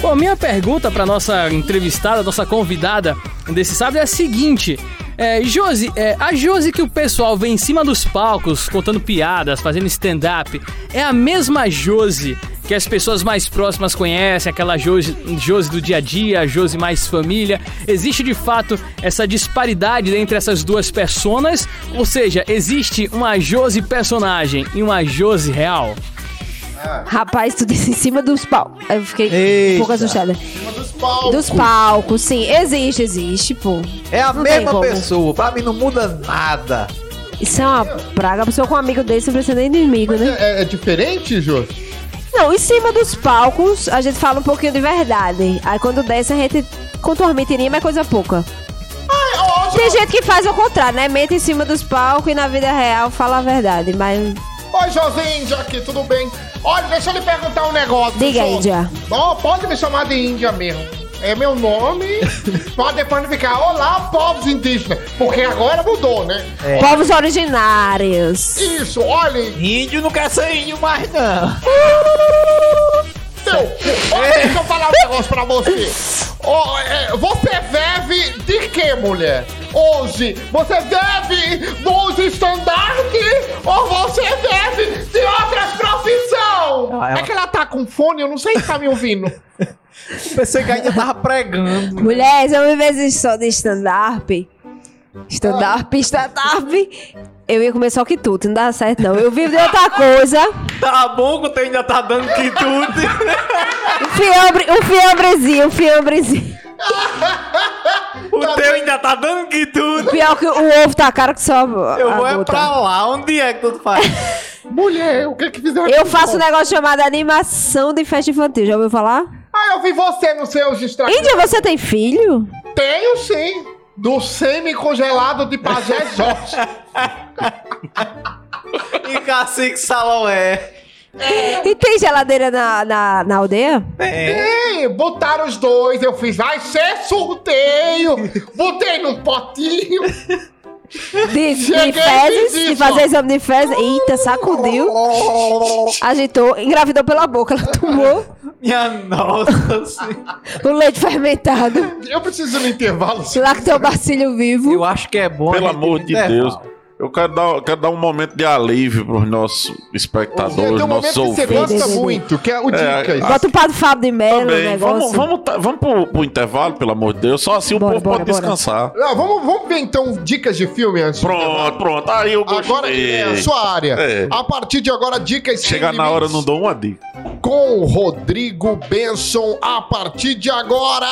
Speaker 6: Bom, minha pergunta para nossa entrevistada, nossa convidada desse sábado é a seguinte. É, Josi, é, a Josi que o pessoal vê em cima dos palcos, contando piadas, fazendo stand-up, é a mesma Josi que as pessoas mais próximas conhecem, aquela Josi, Josi do dia a dia, a Josi mais família. Existe de fato essa disparidade entre essas duas personas? Ou seja, existe uma Josi personagem e uma Josi real?
Speaker 2: Rapaz, tu disse em cima dos palcos. Eu fiquei um
Speaker 4: Eita.
Speaker 2: pouco assustada.
Speaker 3: Dos palcos.
Speaker 2: Dos palcos, sim. Existe, existe, pô.
Speaker 4: É a
Speaker 2: Não tem
Speaker 4: mesma
Speaker 2: como.
Speaker 4: pessoa. Pra mim não muda nada.
Speaker 2: Isso é uma praga. A pessoa com um amigo desse não precisa nem de inimigo, né?
Speaker 3: É, é diferente, Josi?
Speaker 2: Não, em cima dos palcos, a gente fala um pouquinho de verdade. Aí quando desce, a gente conta umas mentirinhas, mas é coisa pouca. Tem gente que faz o contrário, né? Mente em cima dos palcos e na vida real fala a verdade. Mas
Speaker 3: Oi, Josi Índia aqui, tudo bem? Olha, deixa eu lhe perguntar um negócio.
Speaker 2: Diga,
Speaker 3: Josi.
Speaker 2: Índia.
Speaker 3: Ó, pode me chamar de Índia mesmo. É meu nome. pode depois não ficar, olá, povos indígenas. Porque agora mudou, né?
Speaker 2: povos originários.
Speaker 3: Isso, olhem.
Speaker 4: Índio não quer ser índio mais, não.
Speaker 3: Seu cu. Então, Olha, deixa eu falar um negócio pra você. Ó, é, você vive de quê, mulher? Hoje, você vive dos estandartes ou você vive de outras profissões?
Speaker 4: Ah, ela-
Speaker 3: É que ela tá com fone, eu não sei se tá me ouvindo.
Speaker 4: Pensei que a Índia tava pregando.
Speaker 2: Mulheres, eu me vezes só de stand-up. Stand-up, stand-up. Eu ia comer só que tudo, não dá certo não. Eu vivo de outra coisa.
Speaker 4: Tá bom que o teu ainda tá dando quitute.
Speaker 2: Um fiambre, um fiambrezinho, um fiambrezinho.
Speaker 4: o teu ainda tá dando quitute.
Speaker 2: Pior que o ovo tá caro que só a,
Speaker 4: Eu vou
Speaker 2: a
Speaker 4: é
Speaker 2: gota.
Speaker 4: pra lá. Onde é que tu faz?
Speaker 3: mulher, o que que fizeram?
Speaker 2: Eu
Speaker 3: com
Speaker 2: faço um
Speaker 3: você?
Speaker 2: negócio chamado animação de festa infantil. Já ouviu falar?
Speaker 3: Ah, eu vi você nos seus Instagram.
Speaker 2: Índia, você tem filho?
Speaker 3: Tenho sim. Do semi-congelado de Pajé Jorge.
Speaker 4: e assim cacique Salomé.
Speaker 2: E tem geladeira na, na, na aldeia?
Speaker 3: Ei, botaram os dois, eu fiz, vai ser sorteio. Botei num potinho.
Speaker 2: De, de
Speaker 3: Cheguei,
Speaker 2: fezes?
Speaker 3: fiz
Speaker 2: De
Speaker 3: isso.
Speaker 2: fazer exame de fezes? Eita, sacudiu. Agitou, engravidou pela boca. Ela tomou
Speaker 4: Minha nossa senhora.
Speaker 2: o leite fermentado.
Speaker 3: Eu preciso de um intervalo.
Speaker 2: Lactobacilo vivo.
Speaker 4: Eu acho que é bom. a
Speaker 5: Pelo
Speaker 4: gente
Speaker 5: amor
Speaker 4: ter
Speaker 5: de
Speaker 4: intervalo.
Speaker 5: Deus. Eu quero dar, quero dar um momento de alívio pros nossos espectadores,
Speaker 3: Tem um momento
Speaker 5: Tá nossos
Speaker 3: que você
Speaker 5: ouvintes.
Speaker 3: gosta muito, que é o Dicas.
Speaker 2: Bota o padre Fábio de Melo no
Speaker 5: Também.
Speaker 2: negócio.
Speaker 5: Vamos, vamos, tá- vamos pro, pro intervalo, pelo amor de Deus. Só assim
Speaker 2: Bora,
Speaker 5: o povo
Speaker 2: bora,
Speaker 5: pode
Speaker 2: bora.
Speaker 5: descansar.
Speaker 3: Ah, vamos, vamos ver então dicas de filme antes.
Speaker 5: Pronto, pronto. Aí eu gostei.
Speaker 3: Agora é a sua área.
Speaker 5: É.
Speaker 3: A partir de agora, dicas sem
Speaker 5: Chegar na
Speaker 3: limites
Speaker 5: hora não dou uma dica.
Speaker 3: Com Rodrigo Benson, a partir de agora.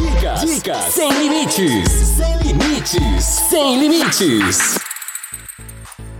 Speaker 1: Dicas, dicas sem limites, sem limites, sem limites.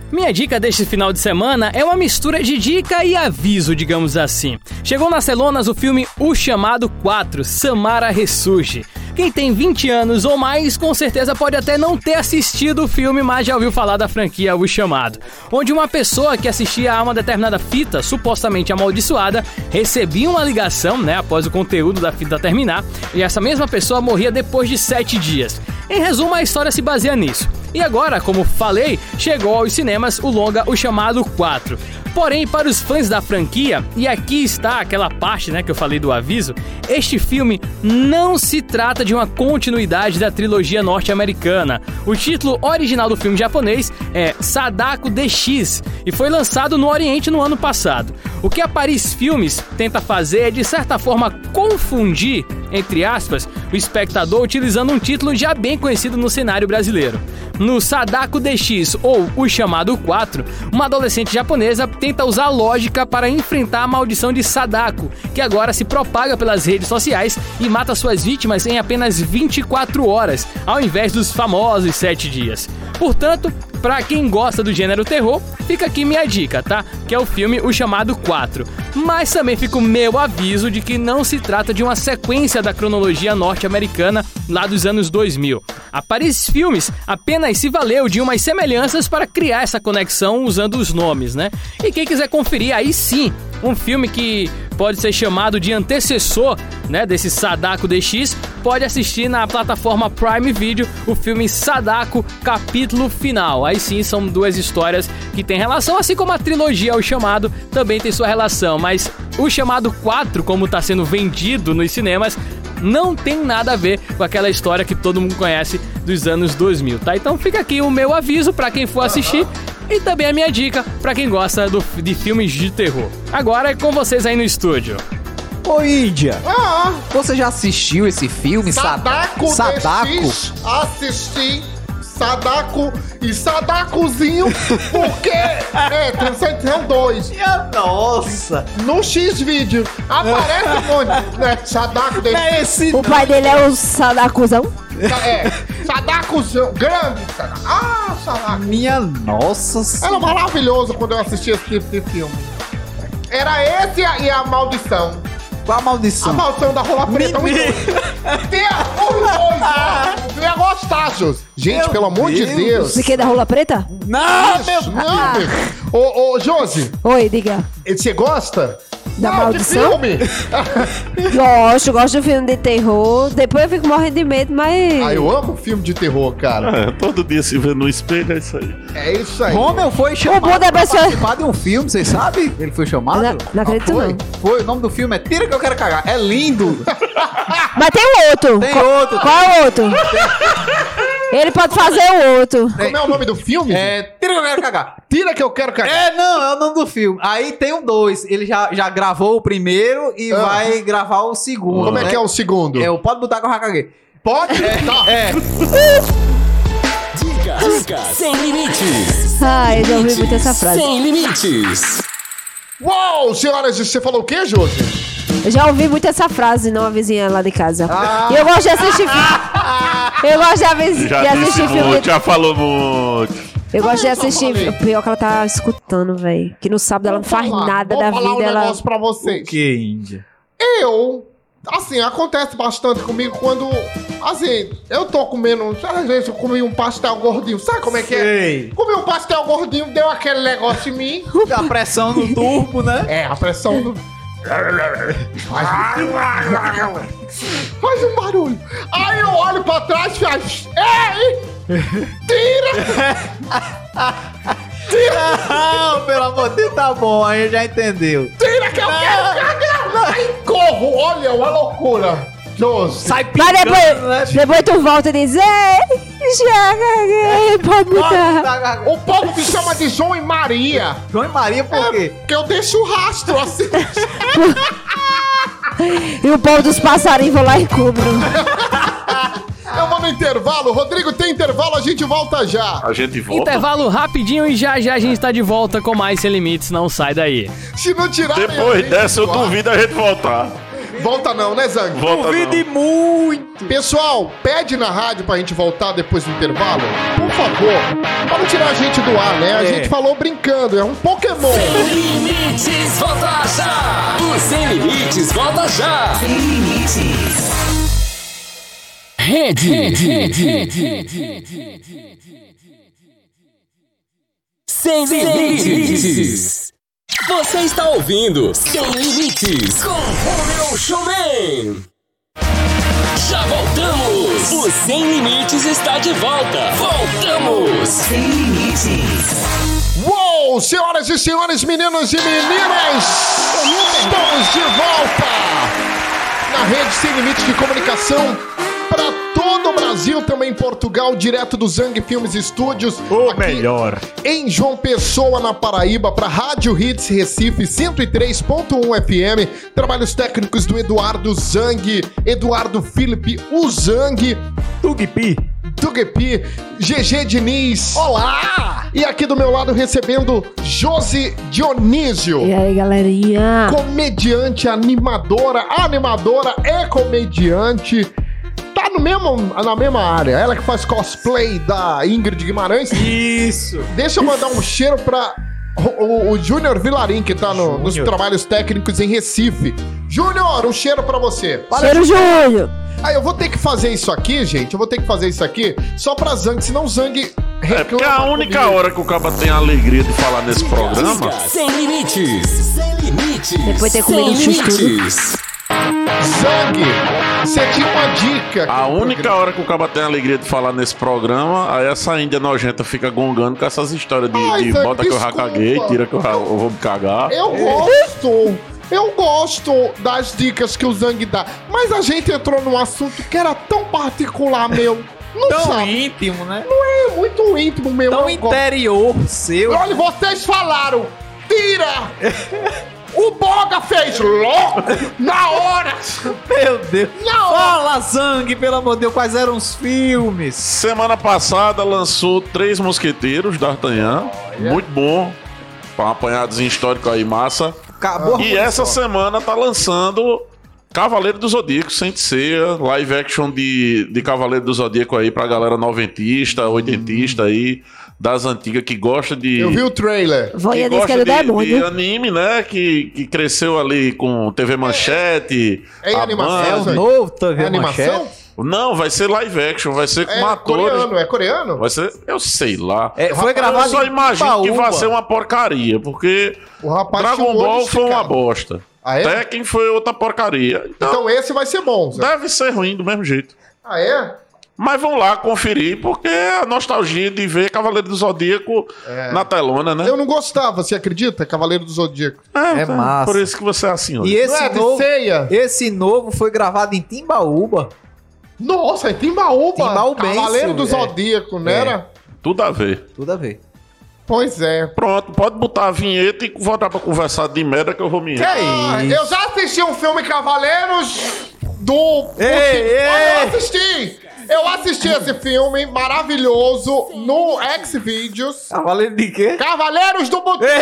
Speaker 6: Minha dica deste final de semana é uma mistura de dica e aviso, digamos assim. Chegou nas celonas o filme O Chamado 4, Samara Ressurge. Quem tem 20 anos ou mais, com certeza pode até não ter assistido o filme, mas já ouviu falar da franquia O Chamado, onde uma pessoa que assistia a uma determinada fita supostamente amaldiçoada recebia uma ligação, né, após o conteúdo da fita terminar, e essa mesma pessoa morria depois de 7 dias. Em resumo, a história se baseia nisso. E agora, como falei, chegou aos cinemas o longa O Chamado 4. Porém, para os fãs da franquia, e aqui está aquela parte né, que eu falei do aviso, este filme não se trata de uma continuidade da trilogia norte-americana. O título original do filme japonês é Sadako DX e foi lançado no Oriente no ano passado. O que a Paris Filmes tenta fazer é, de certa forma, confundir, entre aspas, o espectador utilizando um título já bem conhecido no cenário brasileiro. No Sadako DX, ou O Chamado 4, uma adolescente japonesa tenta tenta usar a lógica para enfrentar a maldição de Sadako, que agora se propaga pelas redes sociais e mata suas vítimas em apenas 24 horas, ao invés dos famosos 7 dias. Portanto, pra quem gosta do gênero terror, fica aqui minha dica, tá? Que é o filme O Chamado 4. Mas também fica o meu aviso de que não se trata de uma sequência da cronologia norte-americana lá dos anos 2000. A Paris Filmes apenas se valeu de umas semelhanças para criar essa conexão usando os nomes, né? E quem quiser conferir, aí sim, um filme que pode ser chamado de antecessor, né, desse Sadako DX, pode assistir na plataforma Prime Video o filme Sadako Capítulo Final. Aí sim são duas histórias que têm relação, assim como a trilogia O Chamado também tem sua relação, mas O Chamado 4, como está sendo vendido nos cinemas, não tem nada a ver com aquela história que todo mundo conhece dos anos 2000, tá? Então fica aqui o meu aviso para quem for assistir e também a minha dica para quem gosta do- de filmes de terror. Agora é com vocês aí no estúdio.
Speaker 4: Ô, Índia,
Speaker 3: Ah!
Speaker 4: você já assistiu esse filme?
Speaker 3: Sadako,
Speaker 4: Sadako?
Speaker 3: DX, assisti Sadako e Sadakozinho, porque é, tem sempre são dois.
Speaker 4: Nossa!
Speaker 3: No X-Vídeo aparece um monte, né? Sadako DX,
Speaker 4: É esse
Speaker 2: O pai dele é o Sadakuzão.
Speaker 3: é, Sadakozão, grande Sadako. Ah, Sadako.
Speaker 4: Minha nossa senhora.
Speaker 3: Era maravilhoso quando eu assistia esse tipo de filme. Era esse e a, e a maldição.
Speaker 4: Qual a
Speaker 3: A
Speaker 4: maldição?
Speaker 3: maldição da rola preta. um e dois. Tem a- um e dois, ó. Tu ia gostar, Jus. Gente,
Speaker 4: Meu
Speaker 3: pelo amor de
Speaker 4: Deus.
Speaker 3: Deus.
Speaker 2: Você quer da rola preta?
Speaker 4: Não, meu...
Speaker 3: Não, meu. Tá Ô, ô, Josi,
Speaker 2: Oi, diga.
Speaker 3: você gosta?
Speaker 2: Da
Speaker 3: Não, de
Speaker 2: maldição?
Speaker 3: filme.
Speaker 2: Gosto, gosto de filme de terror. Depois eu fico morrendo de medo, mas.
Speaker 3: Ah, eu amo filme de terror, cara.
Speaker 5: É, todo dia se vê no espelho, é isso aí.
Speaker 3: É isso aí.
Speaker 4: Rommel foi chamado
Speaker 2: bom da
Speaker 4: pra
Speaker 2: pessoa-
Speaker 4: participar de um filme, vocês sabem? Ele foi chamado?
Speaker 2: Não- não acredito,
Speaker 4: foi?
Speaker 2: não.
Speaker 4: Foi, o nome do filme é Tira que eu quero cagar. É lindo.
Speaker 2: Mas tem um outro.
Speaker 4: Tem
Speaker 2: Qual-
Speaker 4: outro.
Speaker 2: Qual é o outro? Ele pode fazer o outro.
Speaker 3: Como é o nome do filme?
Speaker 4: É Tira que eu quero cagar.
Speaker 3: Tira que eu quero cagar.
Speaker 4: É, não, é o nome do filme. Aí tem um dois. Ele já, já gravou o primeiro e
Speaker 3: Ah.
Speaker 4: vai gravar o segundo.
Speaker 3: Como é que é o segundo?
Speaker 4: É o Pode Botar que eu já caguei.
Speaker 3: Pode? Tá.
Speaker 4: É.
Speaker 1: Dicas, dicas sem limites.
Speaker 2: Ai, eu já ouvi muito essa frase.
Speaker 1: Sem limites.
Speaker 3: Uou, senhoras, você falou o quê, Josi?
Speaker 2: Eu já ouvi muito essa frase numa vizinha lá de casa.
Speaker 3: Ah.
Speaker 2: E eu gosto de assistir filme. Eu gosto de, avis-
Speaker 5: Já
Speaker 2: de
Speaker 5: disse
Speaker 2: assistir filme.
Speaker 5: muito, já falou muito.
Speaker 2: Eu gosto de
Speaker 3: Ah, eu só falei.
Speaker 2: assistir. O pior que ela tá escutando, velho. Que no sábado ela não
Speaker 3: Vou
Speaker 2: faz
Speaker 3: falar,
Speaker 2: nada
Speaker 3: vou
Speaker 2: da
Speaker 3: falar
Speaker 2: vida.
Speaker 3: um
Speaker 2: Ela.
Speaker 3: negócio pra vocês.
Speaker 4: Que Índia.
Speaker 3: Eu, assim, acontece bastante comigo quando, assim, eu tô comendo, às vezes eu comi um pastel gordinho, sabe como é que
Speaker 4: Sei.
Speaker 3: é? Comi um pastel gordinho, deu aquele negócio em mim.
Speaker 4: A pressão no turbo, né?
Speaker 3: É, a pressão do... um Faz um barulho. Aí eu olho pra trás e faz... Ei! Tira!
Speaker 4: Não, pelo amor de Deus, tá bom, aí já entendeu.
Speaker 3: Tira que eu quero cagar! Aí corro, olha, uma loucura. Josi.
Speaker 4: Sai
Speaker 2: Mas
Speaker 4: pingando,
Speaker 2: depois,
Speaker 4: né?
Speaker 2: depois tu volta e diz: Ei, já caguei, pode
Speaker 4: Pode
Speaker 2: botar.
Speaker 4: botar que eu já
Speaker 3: O povo me chama de João e Maria. É
Speaker 4: João e Maria, por quê?
Speaker 3: Porque eu deixo o rastro assim.
Speaker 2: E o povo dos passarinhos vão lá e cubram.
Speaker 3: Eu vou no intervalo. Rodrigo, tem intervalo, a gente volta já.
Speaker 5: A gente
Speaker 2: Então,
Speaker 5: volta.
Speaker 6: Intervalo rapidinho e já já a gente tá de volta com mais Sem Limites, não sai daí.
Speaker 3: Se não tirar.
Speaker 5: Depois dessa, eu duvido a gente voltar.
Speaker 3: Volta não, né, Zang?
Speaker 5: Volta não.
Speaker 4: muito!
Speaker 3: Pessoal, pede na rádio pra gente voltar depois do intervalo. Por favor. Pra não tirar a gente do ar, né? A
Speaker 4: É.
Speaker 3: gente falou brincando, é um Pokémon.
Speaker 1: Limites, volta já! O Sem Limites, volta já! Sem Limites. Rede, rede, rede, rede, rede, Sem Limites. Você está ouvindo Sem Limites com Romeu Showman. Já voltamos! O Sem Limites está de volta! Voltamos! Sem Limites.
Speaker 3: Uou, senhoras e senhores, meninos e meninas, estamos de volta na rede sem limite de comunicação para todo o Brasil, também em Portugal, direto do Zang Filmes Estúdios.
Speaker 5: O
Speaker 3: aqui
Speaker 5: melhor.
Speaker 3: Em João Pessoa, na Paraíba, para Rádio Hits Recife 103.1 FM. um Trabalhos técnicos do Eduardo Zang, Eduardo Felipe Uzang,
Speaker 4: Tugpi.
Speaker 3: Tugepi, GG Diniz.
Speaker 4: Olá!
Speaker 3: E aqui do meu lado recebendo Josi Dionísio.
Speaker 2: E aí, galerinha?
Speaker 3: comediante, animadora, animadora é comediante. Tá no mesmo, na mesma área. Ela que faz cosplay da Ingrid Guimarães.
Speaker 7: Isso.
Speaker 3: Deixa eu mandar um cheiro pra o, o- o Júnior Vilarim, que tá no- nos
Speaker 7: Júnior.
Speaker 3: trabalhos técnicos em Recife. Júnior, um cheiro pra você.
Speaker 2: Cheiro Júnior!
Speaker 3: Aí eu vou ter que fazer isso aqui, gente. Eu vou ter que fazer isso aqui só pra Zang, senão o Zang
Speaker 5: É porque a única hora que o cara tem a alegria de falar nesse programa.
Speaker 1: Sem limites. Sem limites.
Speaker 2: Depois de ter comido
Speaker 1: Sem
Speaker 2: um chuchu.
Speaker 1: limites.
Speaker 3: Zang, você tinha uma dica. aqui
Speaker 5: A
Speaker 3: no
Speaker 5: única
Speaker 3: programa.
Speaker 5: hora que o cara tem a alegria de falar nesse programa, aí essa índia nojenta fica gongando com essas histórias de,
Speaker 3: Ai,
Speaker 5: de
Speaker 3: Zé,
Speaker 5: bota que eu já
Speaker 3: desculpa.
Speaker 5: caguei, tira que eu, já- eu vou me cagar.
Speaker 3: Eu
Speaker 7: É.
Speaker 3: gosto. Eu gosto das dicas que o Zang dá. Mas a gente entrou num assunto que era tão particular meu. Não
Speaker 7: Tão
Speaker 3: sabe?
Speaker 7: íntimo, né?
Speaker 3: É muito íntimo meu.
Speaker 7: Tão
Speaker 3: eu gosto.
Speaker 7: interior seu.
Speaker 3: Olha, vocês falaram. Tira! o Boga fez louco na hora.
Speaker 7: Meu Deus.
Speaker 3: Não.
Speaker 7: Fala, Zang, pelo amor de Deus, quais eram os filmes?
Speaker 5: Semana passada lançou Três Mosqueteiros, D'Artagnan. Muito bom. Pra um apanhadozinho histórico aí, massa.
Speaker 4: Acabou
Speaker 3: Ah,
Speaker 4: a
Speaker 5: E
Speaker 4: coisa.
Speaker 5: essa semana tá lançando Cavaleiro do Zodíaco, sem ceia, live action de, de Cavaleiro do Zodíaco aí pra galera noventista, oitentista aí, das antigas que gosta de.
Speaker 3: Hum. Eu vi o trailer.
Speaker 2: Voia
Speaker 5: que
Speaker 2: disse que é
Speaker 5: gosta
Speaker 2: era o
Speaker 5: de, de
Speaker 2: demônio.
Speaker 5: anime, né? Que, que cresceu ali com TV Manchete.
Speaker 3: É em
Speaker 5: a
Speaker 3: animação,
Speaker 5: Band.
Speaker 4: É o
Speaker 3: Zang?
Speaker 4: novo TV
Speaker 3: É animação?
Speaker 4: Manchete.
Speaker 5: Não, vai ser live action, vai ser com
Speaker 3: É
Speaker 5: atores.
Speaker 3: coreano, é coreano?
Speaker 5: Vai ser, eu sei lá.
Speaker 4: É, foi
Speaker 5: Rapaz,
Speaker 4: gravado
Speaker 5: Eu só
Speaker 4: em
Speaker 5: imagino que vai
Speaker 4: Ipaúba.
Speaker 5: ser uma porcaria, porque
Speaker 3: O rapaz tinha
Speaker 5: Dragon
Speaker 3: o olho
Speaker 5: Ball foi uma
Speaker 3: esticado.
Speaker 5: bosta.
Speaker 3: Ah, é?
Speaker 5: Tekken foi outra porcaria. Então,
Speaker 3: Então esse vai ser bom, Zé.
Speaker 5: deve ser ruim do mesmo jeito.
Speaker 3: Ah, é?
Speaker 5: Mas vão lá conferir, porque é a nostalgia de ver Cavaleiro do Zodíaco na telona, né?
Speaker 3: É.
Speaker 5: então,
Speaker 3: Eu não gostava, você acredita? Cavaleiro do Zodíaco.
Speaker 4: É massa.
Speaker 5: Por isso que você é assim hoje.
Speaker 4: E
Speaker 3: Não
Speaker 4: esse
Speaker 3: é de
Speaker 4: novo...
Speaker 3: ceia?
Speaker 4: Esse novo foi gravado em Timbaúba.
Speaker 3: Nossa, é Timbaúba.
Speaker 4: Timbaúbense,
Speaker 3: Cavaleiro do
Speaker 4: é.
Speaker 3: Zodíaco, não era?
Speaker 5: Tudo a ver.
Speaker 4: Tudo a ver.
Speaker 3: É. Pois é.
Speaker 5: Pronto, pode botar a vinheta e voltar pra conversar de merda que eu vou me rir.
Speaker 3: Ah, eu já assisti um filme Cavaleiros do.
Speaker 4: Ei,
Speaker 3: Putin. Olha,
Speaker 4: ei.
Speaker 3: Eu assisti! Eu assisti esse filme maravilhoso no Xvideos.
Speaker 4: Cavaleiro Tá de quê?
Speaker 3: Cavaleiros do Boteco.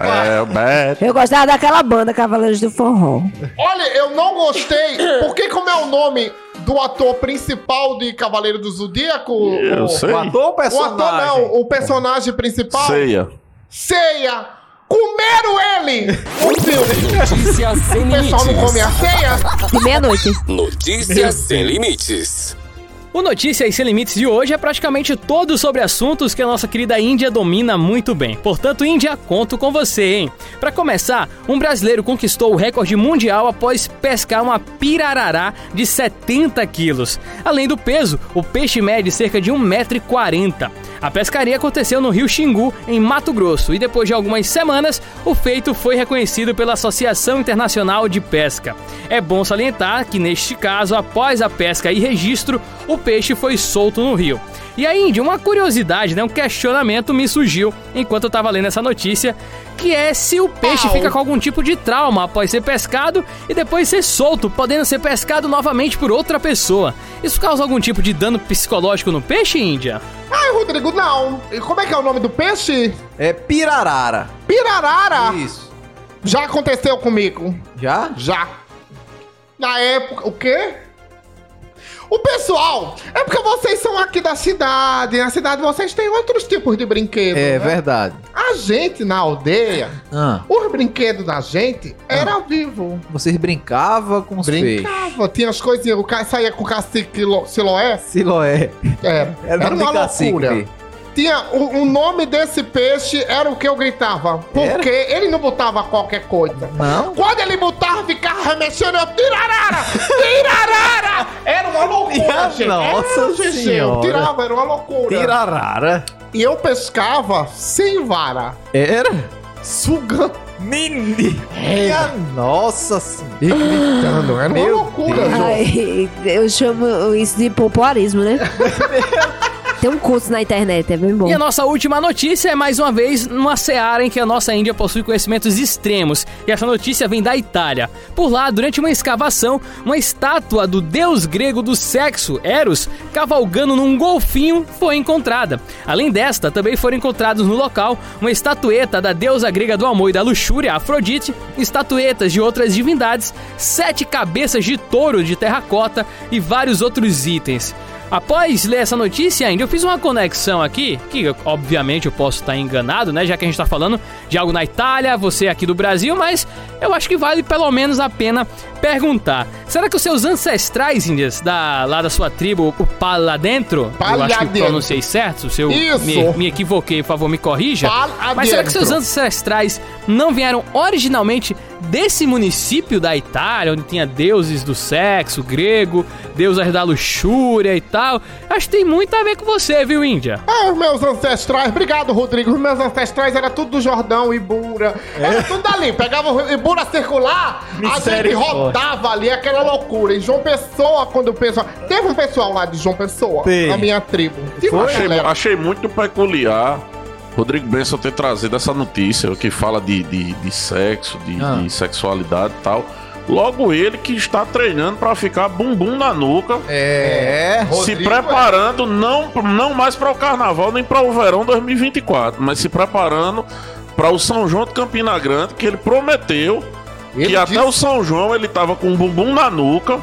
Speaker 3: Ah,
Speaker 5: É,
Speaker 4: Epa!
Speaker 5: Beto.
Speaker 2: Eu gostava daquela banda Cavaleiros do Forró.
Speaker 3: Olha, eu não gostei. Por que, como é o nome do ator principal de Cavaleiro do Zodíaco?
Speaker 5: Eu
Speaker 3: o,
Speaker 5: sei.
Speaker 4: O ator ou
Speaker 3: o ator
Speaker 4: o personagem?
Speaker 3: não, o personagem principal.
Speaker 5: Ceia.
Speaker 3: Ceia. Comeram ele! O filme.
Speaker 1: Notícias sem
Speaker 3: O pessoal não come a
Speaker 1: limites.
Speaker 3: ceia?
Speaker 2: De meia-noite.
Speaker 1: Notícias sem limites.
Speaker 6: O Notícias Sem Limites de hoje é praticamente todo sobre assuntos que a nossa querida Índia domina muito bem. Portanto, Índia, conto com você, hein? Pra começar, um brasileiro conquistou o recorde mundial após pescar uma pirarará de 70 quilos. Além do peso, o peixe mede cerca de 1,40m. A pescaria aconteceu no rio Xingu, em Mato Grosso, e depois de algumas semanas, o feito foi reconhecido pela Associação Internacional de Pesca. É bom salientar que, neste caso, após a pesca e registro, o peixe foi solto no rio. E aí, Indy, uma curiosidade, né, um questionamento me surgiu enquanto eu tava lendo essa notícia, que é se o peixe fica com algum tipo de trauma após ser pescado e depois ser solto, podendo ser pescado novamente por outra pessoa. Isso causa algum tipo de dano psicológico no peixe, Índia?
Speaker 3: Ai, Rodrigo, não. E Como é que é o nome do peixe?
Speaker 4: É Pirarara.
Speaker 3: Pirarara.
Speaker 4: Isso.
Speaker 3: Já aconteceu comigo.
Speaker 4: Já?
Speaker 3: Já. Na época. O quê? O pessoal, é porque vocês são aqui da cidade. Na cidade vocês têm outros tipos de brinquedos. né?
Speaker 4: É verdade.
Speaker 3: A gente na aldeia,
Speaker 4: Ah,
Speaker 3: os brinquedos da gente era ao vivo.
Speaker 4: vocês brincavam com os peixes.
Speaker 3: Brincava, tinha as coisinhas, o cara saía com o cacique lo- siloé.
Speaker 4: Siloé.
Speaker 3: Era, era,
Speaker 4: nome
Speaker 3: uma
Speaker 4: de cacique.
Speaker 3: loucura. Tinha o, o nome desse peixe era o que eu gritava. Porque ele não botava qualquer coisa.
Speaker 4: Não?
Speaker 3: Quando ele botava, ficava remexendo, eu tirarara! Tirarara! Era uma loucura,
Speaker 4: Minha
Speaker 3: gente.
Speaker 4: nossa
Speaker 3: era, gente, Eu
Speaker 4: senhora.
Speaker 3: tirava, era uma loucura.
Speaker 4: Pirarara.
Speaker 3: E eu pescava sem vara.
Speaker 4: Era?
Speaker 3: Sugando
Speaker 4: Mini. Minha nossa senhora.
Speaker 3: e gritando.
Speaker 4: é
Speaker 3: Era uma
Speaker 4: Meu
Speaker 3: loucura, João.
Speaker 2: Ai, eu chamo isso de popularismo, né? Tem um curso na internet, é bem bom.
Speaker 6: E a nossa última notícia é mais uma vez numa seara em que a nossa Índia possui conhecimentos extremos. E essa notícia vem da Itália. Por lá, durante uma escavação, uma estátua do deus grego do sexo, Eros, cavalgando num golfinho, foi encontrada. Além desta, também foram encontrados no local uma estatueta da deusa grega do amor e da luxúria, Afrodite, estatuetas de outras divindades, sete cabeças de touro de terracota e vários outros itens. Após ler essa notícia ainda, eu fiz uma conexão aqui, que eu- obviamente eu posso estar enganado, né? Já que a gente tá falando de algo na Itália, você aqui do Brasil, mas eu acho que vale pelo menos a pena perguntar. Será que os seus ancestrais índias da, lá da sua tribo, o Pala Dentro, eu acho que eu
Speaker 3: Paladentro.
Speaker 6: pronunciei certo, se eu
Speaker 3: Isso.
Speaker 6: me, me equivoquei, por favor, me corrija.
Speaker 3: Paladentro.
Speaker 6: Mas será que seus ancestrais não vieram originalmente desse município da Itália, onde tinha deuses do sexo grego, deusas da luxúria e tal? Acho que tem muito a ver com você, viu, Índia?
Speaker 3: Ah, os meus ancestrais, obrigado, Rodrigo. Os meus ancestrais era tudo do Jordão, Ibura. Era tudo dali. Pegava o Ibura circular, a gente
Speaker 7: Misericórdia.
Speaker 3: rodava ali, aquela loucura. E João Pessoa, quando o pessoal. Teve um pessoal lá de João Pessoa,
Speaker 7: Teve.
Speaker 3: na minha tribo. Que
Speaker 5: Achei,
Speaker 3: galera.
Speaker 5: achei muito peculiar Rodrigo Benson ter trazido essa notícia que fala de, de, de sexo, de,
Speaker 7: Ah.
Speaker 5: de sexualidade e tal. Logo ele que está treinando pra ficar bumbum na nuca,
Speaker 4: É.
Speaker 5: se
Speaker 3: Rodrigo,
Speaker 5: preparando não, não mais para o carnaval nem para o verão 2024, mas se preparando para o São João de Campina Grande, que ele prometeu
Speaker 3: Ele
Speaker 5: que até
Speaker 3: disse- Hum.
Speaker 5: o São João ele tava com o bumbum na nuca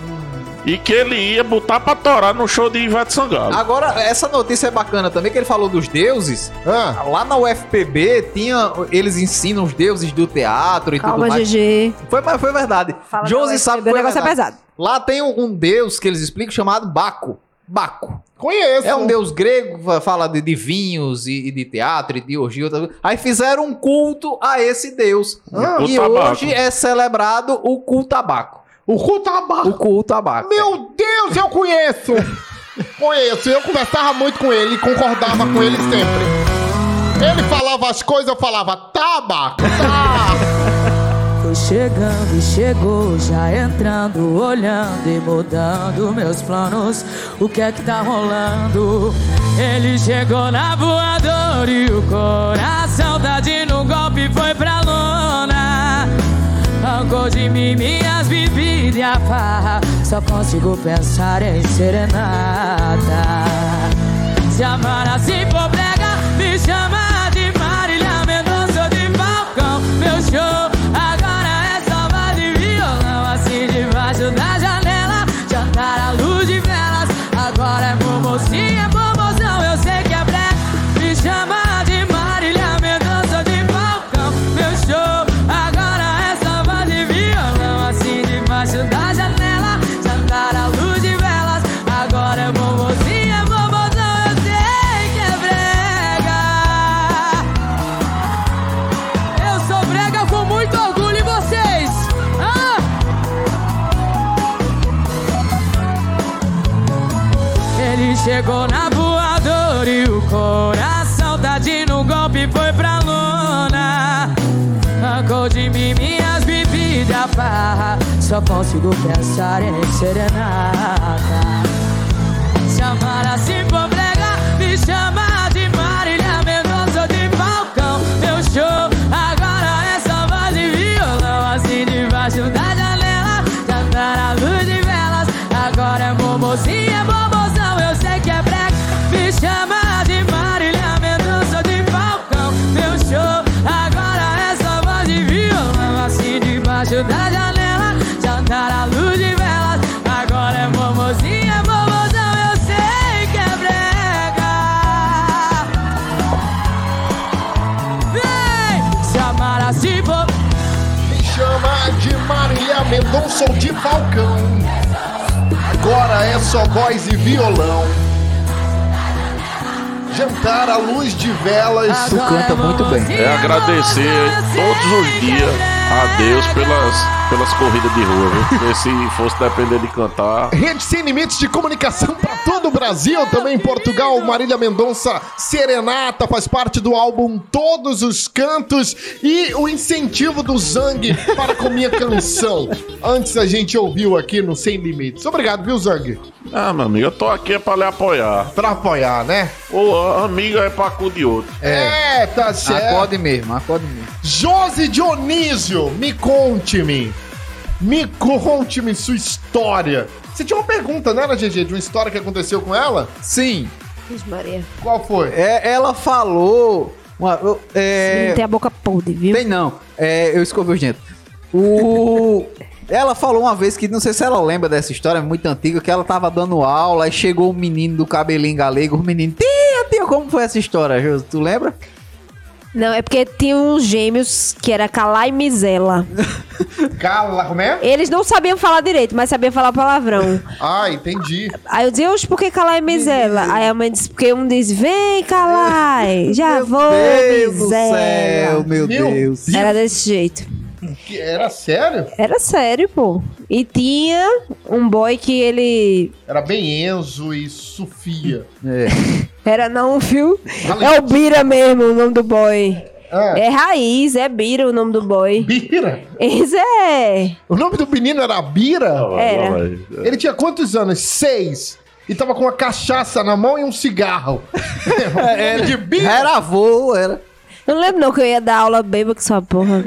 Speaker 5: e que ele ia botar pra torar no show de Ivete Sangalo.
Speaker 4: Agora, essa notícia é bacana também, que ele falou dos deuses.
Speaker 3: Ah,
Speaker 4: Lá na UFPB tinha. Eles ensinam os deuses do teatro e
Speaker 2: Calma,
Speaker 4: tudo mais.
Speaker 2: GG.
Speaker 4: Foi, mas foi verdade.
Speaker 2: Fala
Speaker 4: Josi
Speaker 2: da
Speaker 4: sabe
Speaker 2: USB,
Speaker 4: que
Speaker 2: o
Speaker 4: foi
Speaker 2: negócio é
Speaker 4: verdade.
Speaker 2: pesado.
Speaker 4: Lá tem um um deus que eles explicam chamado Baco. Baco.
Speaker 3: conheço.
Speaker 4: É um deus grego, fa- fala de, de vinhos e, e de teatro e de orgia. outra coisa. Aí fizeram um culto a esse deus.
Speaker 5: culto
Speaker 4: e
Speaker 5: a Baco.
Speaker 4: hoje é celebrado o culto a Baco.
Speaker 3: O Cutabá.
Speaker 4: O culto a Baco.
Speaker 3: Meu Deus, eu conheço! conheço, eu conversava muito com ele, concordava com ele sempre. Ele falava as coisas, eu falava, tabaco, tá.
Speaker 8: Foi chegando e chegou, já entrando, olhando e mudando meus planos. O que é que tá rolando? Ele chegou na voadora e o coração tá de um golpe foi pra lona. Arrancou de mim minhas bebidas e a farra. Só consigo pensar em serenata. Se amar assim for brega, me chama de Marília Mendonça ou de Falcão. Meu show agora é salva de violão, assim debaixo da janela. Jantar à luz de velas, agora é bobocinha, bobozão. Eu sei que é brega, me chama de Marília Mendonça ou de Falcão. Meu show agora é salva de violão, assim debaixo da janela. Jantar à luz de velas, agora é bobozinha, bobozão. Eu sei que é brega. Eu sou brega com muito orgulho em vocês. Ah! Ele chegou na voadora e o coração tá de um golpe foi pra lona. Arrancou de mim minhas bebidas, farra. Só consigo pensar em é serenata. Se amar assim for brega, me chama de Marília Mendonça ou de Falcão. Meu show agora é só voz de violão, assim debaixo da janela. Cantar a luz de velas, agora é bobozinha, bobozão, eu sei que é brega. Me chama de Marília Mendonça ou de Falcão. Meu show agora é só voz de violão, assim debaixo da janela. Jantar a luz de velas, agora é bobozinha, bobozão, eu sei que é brega. Vem, se amar assim, vou.
Speaker 3: Me chama de Marília Mendonça ou de Falcão. Agora é só voz e violão. Jantar à luz de velas.
Speaker 4: canta muito bem.
Speaker 5: É agradecer todos É os dias Adeus pelas, pelas corridas de rua, viu? Porque se fosse depender de cantar.
Speaker 3: Rede sem limites de comunicação para todo o Brasil, também em Portugal. Marília Mendonça Serenata faz parte do álbum Todos os Cantos e o incentivo do Zang para com minha canção. Antes a gente ouviu aqui no Sem Limites. Obrigado, viu, Zang?
Speaker 5: Ah, meu amigo, eu tô aqui é pra lhe apoiar.
Speaker 3: Pra apoiar, né?
Speaker 5: Ô, amiga é pra cu de outro.
Speaker 3: É, tá certo.
Speaker 7: Acorde mesmo, acorde mesmo.
Speaker 3: José Dionísio, me conte-me. Me conte-me sua história. Você tinha uma pergunta, né, Ana GG, de uma história que aconteceu com ela?
Speaker 4: Sim,
Speaker 2: Vixe, Maria.
Speaker 3: Qual foi?
Speaker 4: é, ela falou. uma- eu- é,
Speaker 2: Não tem a boca podre, viu?
Speaker 4: Tem não. É, eu escovi os dentes. O... Ela falou uma vez que, não sei se ela lembra dessa história, é muito antiga, que ela tava dando aula e chegou um menino do cabelinho galego, o menino, tia, tia, como foi essa história, Jô? Tu lembra?
Speaker 2: Não, é porque tinha uns gêmeos que era Calá e Misela.
Speaker 3: Cala, como é?
Speaker 2: Eles não sabiam falar direito, mas sabiam falar palavrão.
Speaker 3: Ah, entendi.
Speaker 2: Aí eu dizia, oxe, por que Calai e Misela? Aí a mãe disse, porque um diz, vem Calai, já vou, Misela.
Speaker 3: Meu
Speaker 4: meu, Deus.
Speaker 2: Era desse jeito.
Speaker 3: Que- Era sério?
Speaker 2: Era sério, pô. E tinha um boy que ele
Speaker 3: Era bem Enzo e Sofia.
Speaker 2: Era não, viu? É o Bira mesmo, o nome do boy.
Speaker 3: Ah,
Speaker 2: É Raiz, é Bira o nome do boy.
Speaker 3: Bira?
Speaker 2: Esse é.
Speaker 3: O nome do menino era Bira?
Speaker 2: Era.
Speaker 3: Ele tinha quantos anos? Seis. E tava com uma cachaça na mão e um cigarro. O nome de Bira?
Speaker 4: É, Era avô, era.
Speaker 2: Eu não lembro não que eu ia dar aula bêbada com essa porra.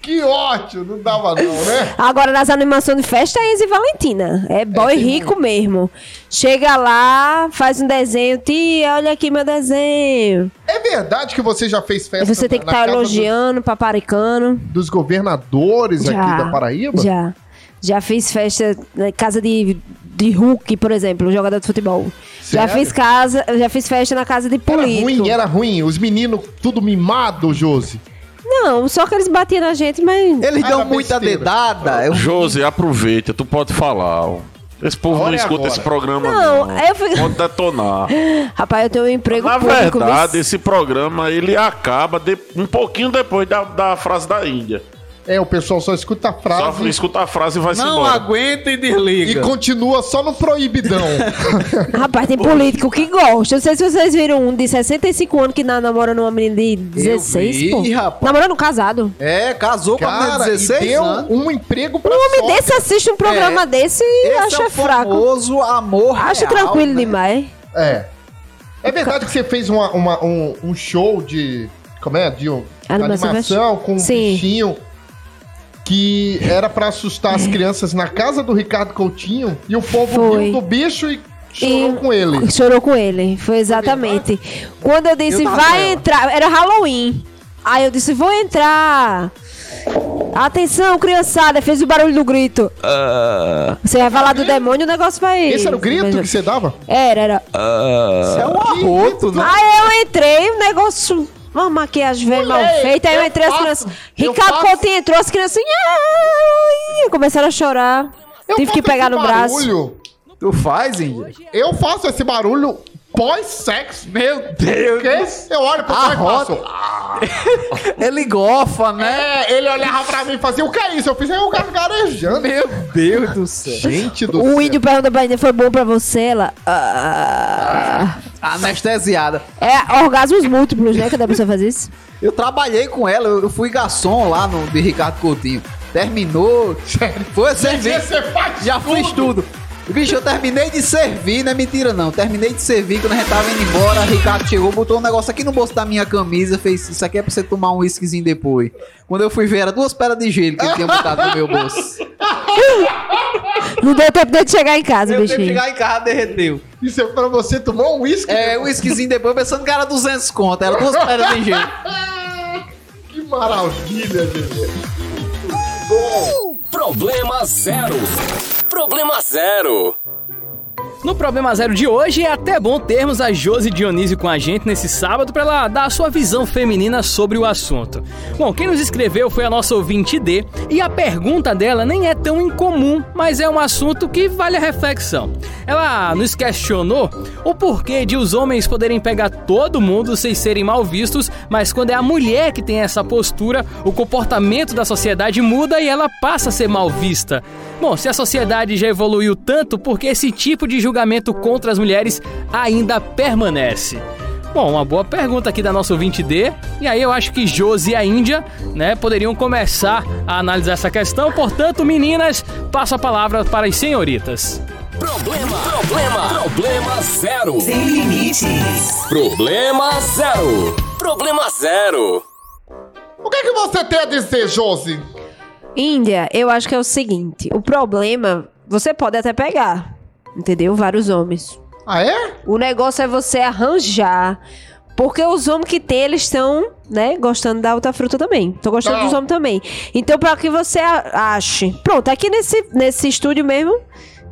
Speaker 3: Que ótimo, não dava não, né?
Speaker 2: Agora, nas animações de festa, é Enzo e Valentina. É boy rico mesmo. Chega lá, faz um desenho. Tia, olha aqui meu desenho.
Speaker 3: É verdade que você já fez
Speaker 2: Aí
Speaker 3: festa
Speaker 2: você tem que
Speaker 3: na
Speaker 2: estar
Speaker 3: casa
Speaker 2: elogiando, paparicando.
Speaker 3: do- dos governadores
Speaker 2: Já,
Speaker 3: aqui da Paraíba?
Speaker 2: Já. Já fiz festa na casa de, de Hulk, por exemplo, um jogador de futebol. Já
Speaker 3: Sério?
Speaker 2: fiz casa, já fiz festa na casa de
Speaker 3: Era
Speaker 2: político.
Speaker 3: ruim, era ruim. Os meninos tudo mimado, Josi.
Speaker 2: Não, só que eles batiam na gente, mas
Speaker 4: Eles
Speaker 3: Ah,
Speaker 4: dão
Speaker 3: era
Speaker 4: muita
Speaker 3: besteira.
Speaker 4: dedada. é um Eu...
Speaker 5: José, aproveita, tu pode falar. ó. Esse povo
Speaker 3: Olha
Speaker 5: não escuta
Speaker 3: agora.
Speaker 5: esse programa,
Speaker 2: Não,
Speaker 5: não.
Speaker 2: eu fico-
Speaker 5: Pode detonar.
Speaker 2: rapaz, eu tenho um emprego
Speaker 5: Na
Speaker 2: público.
Speaker 5: verdade,
Speaker 2: viu?
Speaker 5: esse programa ele acaba de- um pouquinho depois da, da frase da Índia.
Speaker 3: É, o pessoal só escuta a
Speaker 5: Só
Speaker 3: frase
Speaker 5: escuta a frase e vai se
Speaker 7: Não
Speaker 5: embora.
Speaker 7: aguenta e
Speaker 3: e
Speaker 7: desliga.
Speaker 3: continua só no proibidão.
Speaker 2: Rapaz, tem político que gosta. Eu não sei se vocês viram um de 65 anos que na- namora numa menina de 16,
Speaker 4: vi,
Speaker 2: pô.
Speaker 4: rapaz.
Speaker 2: Namorando um casado.
Speaker 4: É, casou com a menina de
Speaker 3: Cara,
Speaker 4: 16
Speaker 3: e deu
Speaker 4: anos.
Speaker 3: um emprego pra
Speaker 2: Um homem
Speaker 3: sogra.
Speaker 2: desse assiste um programa desse e
Speaker 4: É. Esse
Speaker 2: acha
Speaker 4: é o
Speaker 2: fraco.
Speaker 4: famoso amor
Speaker 2: Acho
Speaker 4: real,
Speaker 2: tranquilo
Speaker 4: né?
Speaker 2: demais.
Speaker 3: É. É verdade que você fez uma- uma- um, um show de. Como é? De um-
Speaker 2: Animação
Speaker 3: animação com um
Speaker 2: Sim.
Speaker 3: bichinho que era pra assustar as crianças na casa do Ricardo Coutinho e o povo
Speaker 2: Foi.
Speaker 3: viu do bicho e chorou
Speaker 2: E-
Speaker 3: com ele.
Speaker 2: Chorou com ele, foi exatamente. Quando eu disse,
Speaker 4: Eu tava com
Speaker 2: vai
Speaker 4: ela."
Speaker 2: entrar, era Halloween. Aí eu disse, vou entrar. Atenção, criançada, fez o barulho do grito.
Speaker 4: Ah.
Speaker 2: Você vai falar do demônio, o negócio vai.
Speaker 3: Esse era o grito que
Speaker 2: Mas-
Speaker 3: você dava?
Speaker 2: Era, era.
Speaker 4: Isso é um arroto, né?
Speaker 2: Aí eu entrei, o negócio. Uma maquiagem velha mal feita. Aí eu
Speaker 3: eu
Speaker 2: entrei, as
Speaker 3: faço,
Speaker 2: crianças.
Speaker 3: eu
Speaker 2: Ricardo
Speaker 3: faço.
Speaker 2: Coutinho entrou, as crianças. "Ai", Começaram a chorar.
Speaker 3: Eu
Speaker 2: Tive que
Speaker 3: faço
Speaker 2: pegar
Speaker 3: esse
Speaker 2: no braço.
Speaker 3: barulho,
Speaker 4: Tu faz, Índia?
Speaker 3: Eu faço esse barulho pós-sexo. Meu Deus! Eu olho pra trás e
Speaker 4: Arrota.
Speaker 3: faço.
Speaker 4: Ele gofa, né?
Speaker 3: É, ele olhava pra mim e fazia, o que é isso? Eu fiz, é o cara garejando. Meu
Speaker 4: Deus do céu.
Speaker 3: Gente do
Speaker 2: O índio pergunta pra mim, foi bom pra você? Ela. "Ah."
Speaker 4: Anestesiada.
Speaker 2: É orgasmos múltiplos, né? Que da pessoa fazer isso.
Speaker 4: Eu trabalhei com ela, eu eu fui garçom lá no de Ricardo Coutinho. Terminou.
Speaker 3: Sério?
Speaker 4: Foi
Speaker 3: Você
Speaker 4: serviço.
Speaker 3: faz
Speaker 4: Já fiz tudo. Bicho, eu terminei de servir, não é mentira não. Terminei de servir quando a gente tava indo embora. Ricardo chegou, botou um negócio aqui no bolso da minha camisa, fez isso aqui é pra você tomar um whiskyzinho depois. Quando eu fui ver, era duas pedras de gelo que ele tinha botado no meu bolso.
Speaker 2: Não deu tempo de chegar em casa,
Speaker 4: Eu
Speaker 2: bichinho.
Speaker 4: tenho chegar em casa, derreteu.
Speaker 3: Isso é pra você tomar um uísque?
Speaker 4: É, um whiskyzinho depois, pensando que era 200 conto. Era duas pedras de gelo.
Speaker 3: Ah, Que maravilha, gente.
Speaker 1: Problema zero. Problema zero.
Speaker 6: No Problema Zero de hoje, é até bom termos a Josi Dionísio com a gente nesse sábado para ela dar a sua visão feminina sobre o assunto. Bom, quem nos escreveu foi a nossa ouvinte D, e a pergunta dela nem é tão incomum, mas é um assunto que vale a reflexão. Ela nos questionou o porquê de os homens poderem pegar todo mundo sem serem mal vistos, mas quando é a mulher que tem essa postura, o comportamento da sociedade muda e ela passa a ser mal vista. Bom, se a sociedade já evoluiu tanto, por que esse tipo de julgamento contra as mulheres ainda permanece? Bom, uma boa pergunta aqui da nossa ouvinte D. E aí eu acho que Josi e a Índia, né, poderiam começar a analisar essa questão. Portanto, meninas, passo a palavra para as senhoritas.
Speaker 1: Problema, problema, problema zero. Sem limites. Problema zero. Problema zero.
Speaker 3: O que, que você tem a dizer, Josi?
Speaker 2: Índia, eu acho que é o seguinte: o problema, você pode até pegar, entendeu? Vários homens.
Speaker 3: Ah, é?
Speaker 2: O negócio é você arranjar. Porque os homens que tem, eles estão, né, gostando da outra fruta também. Tô gostando
Speaker 3: Não.
Speaker 2: dos homens também. Então, pra que você a- ache. Pronto, aqui nesse, nesse estúdio mesmo,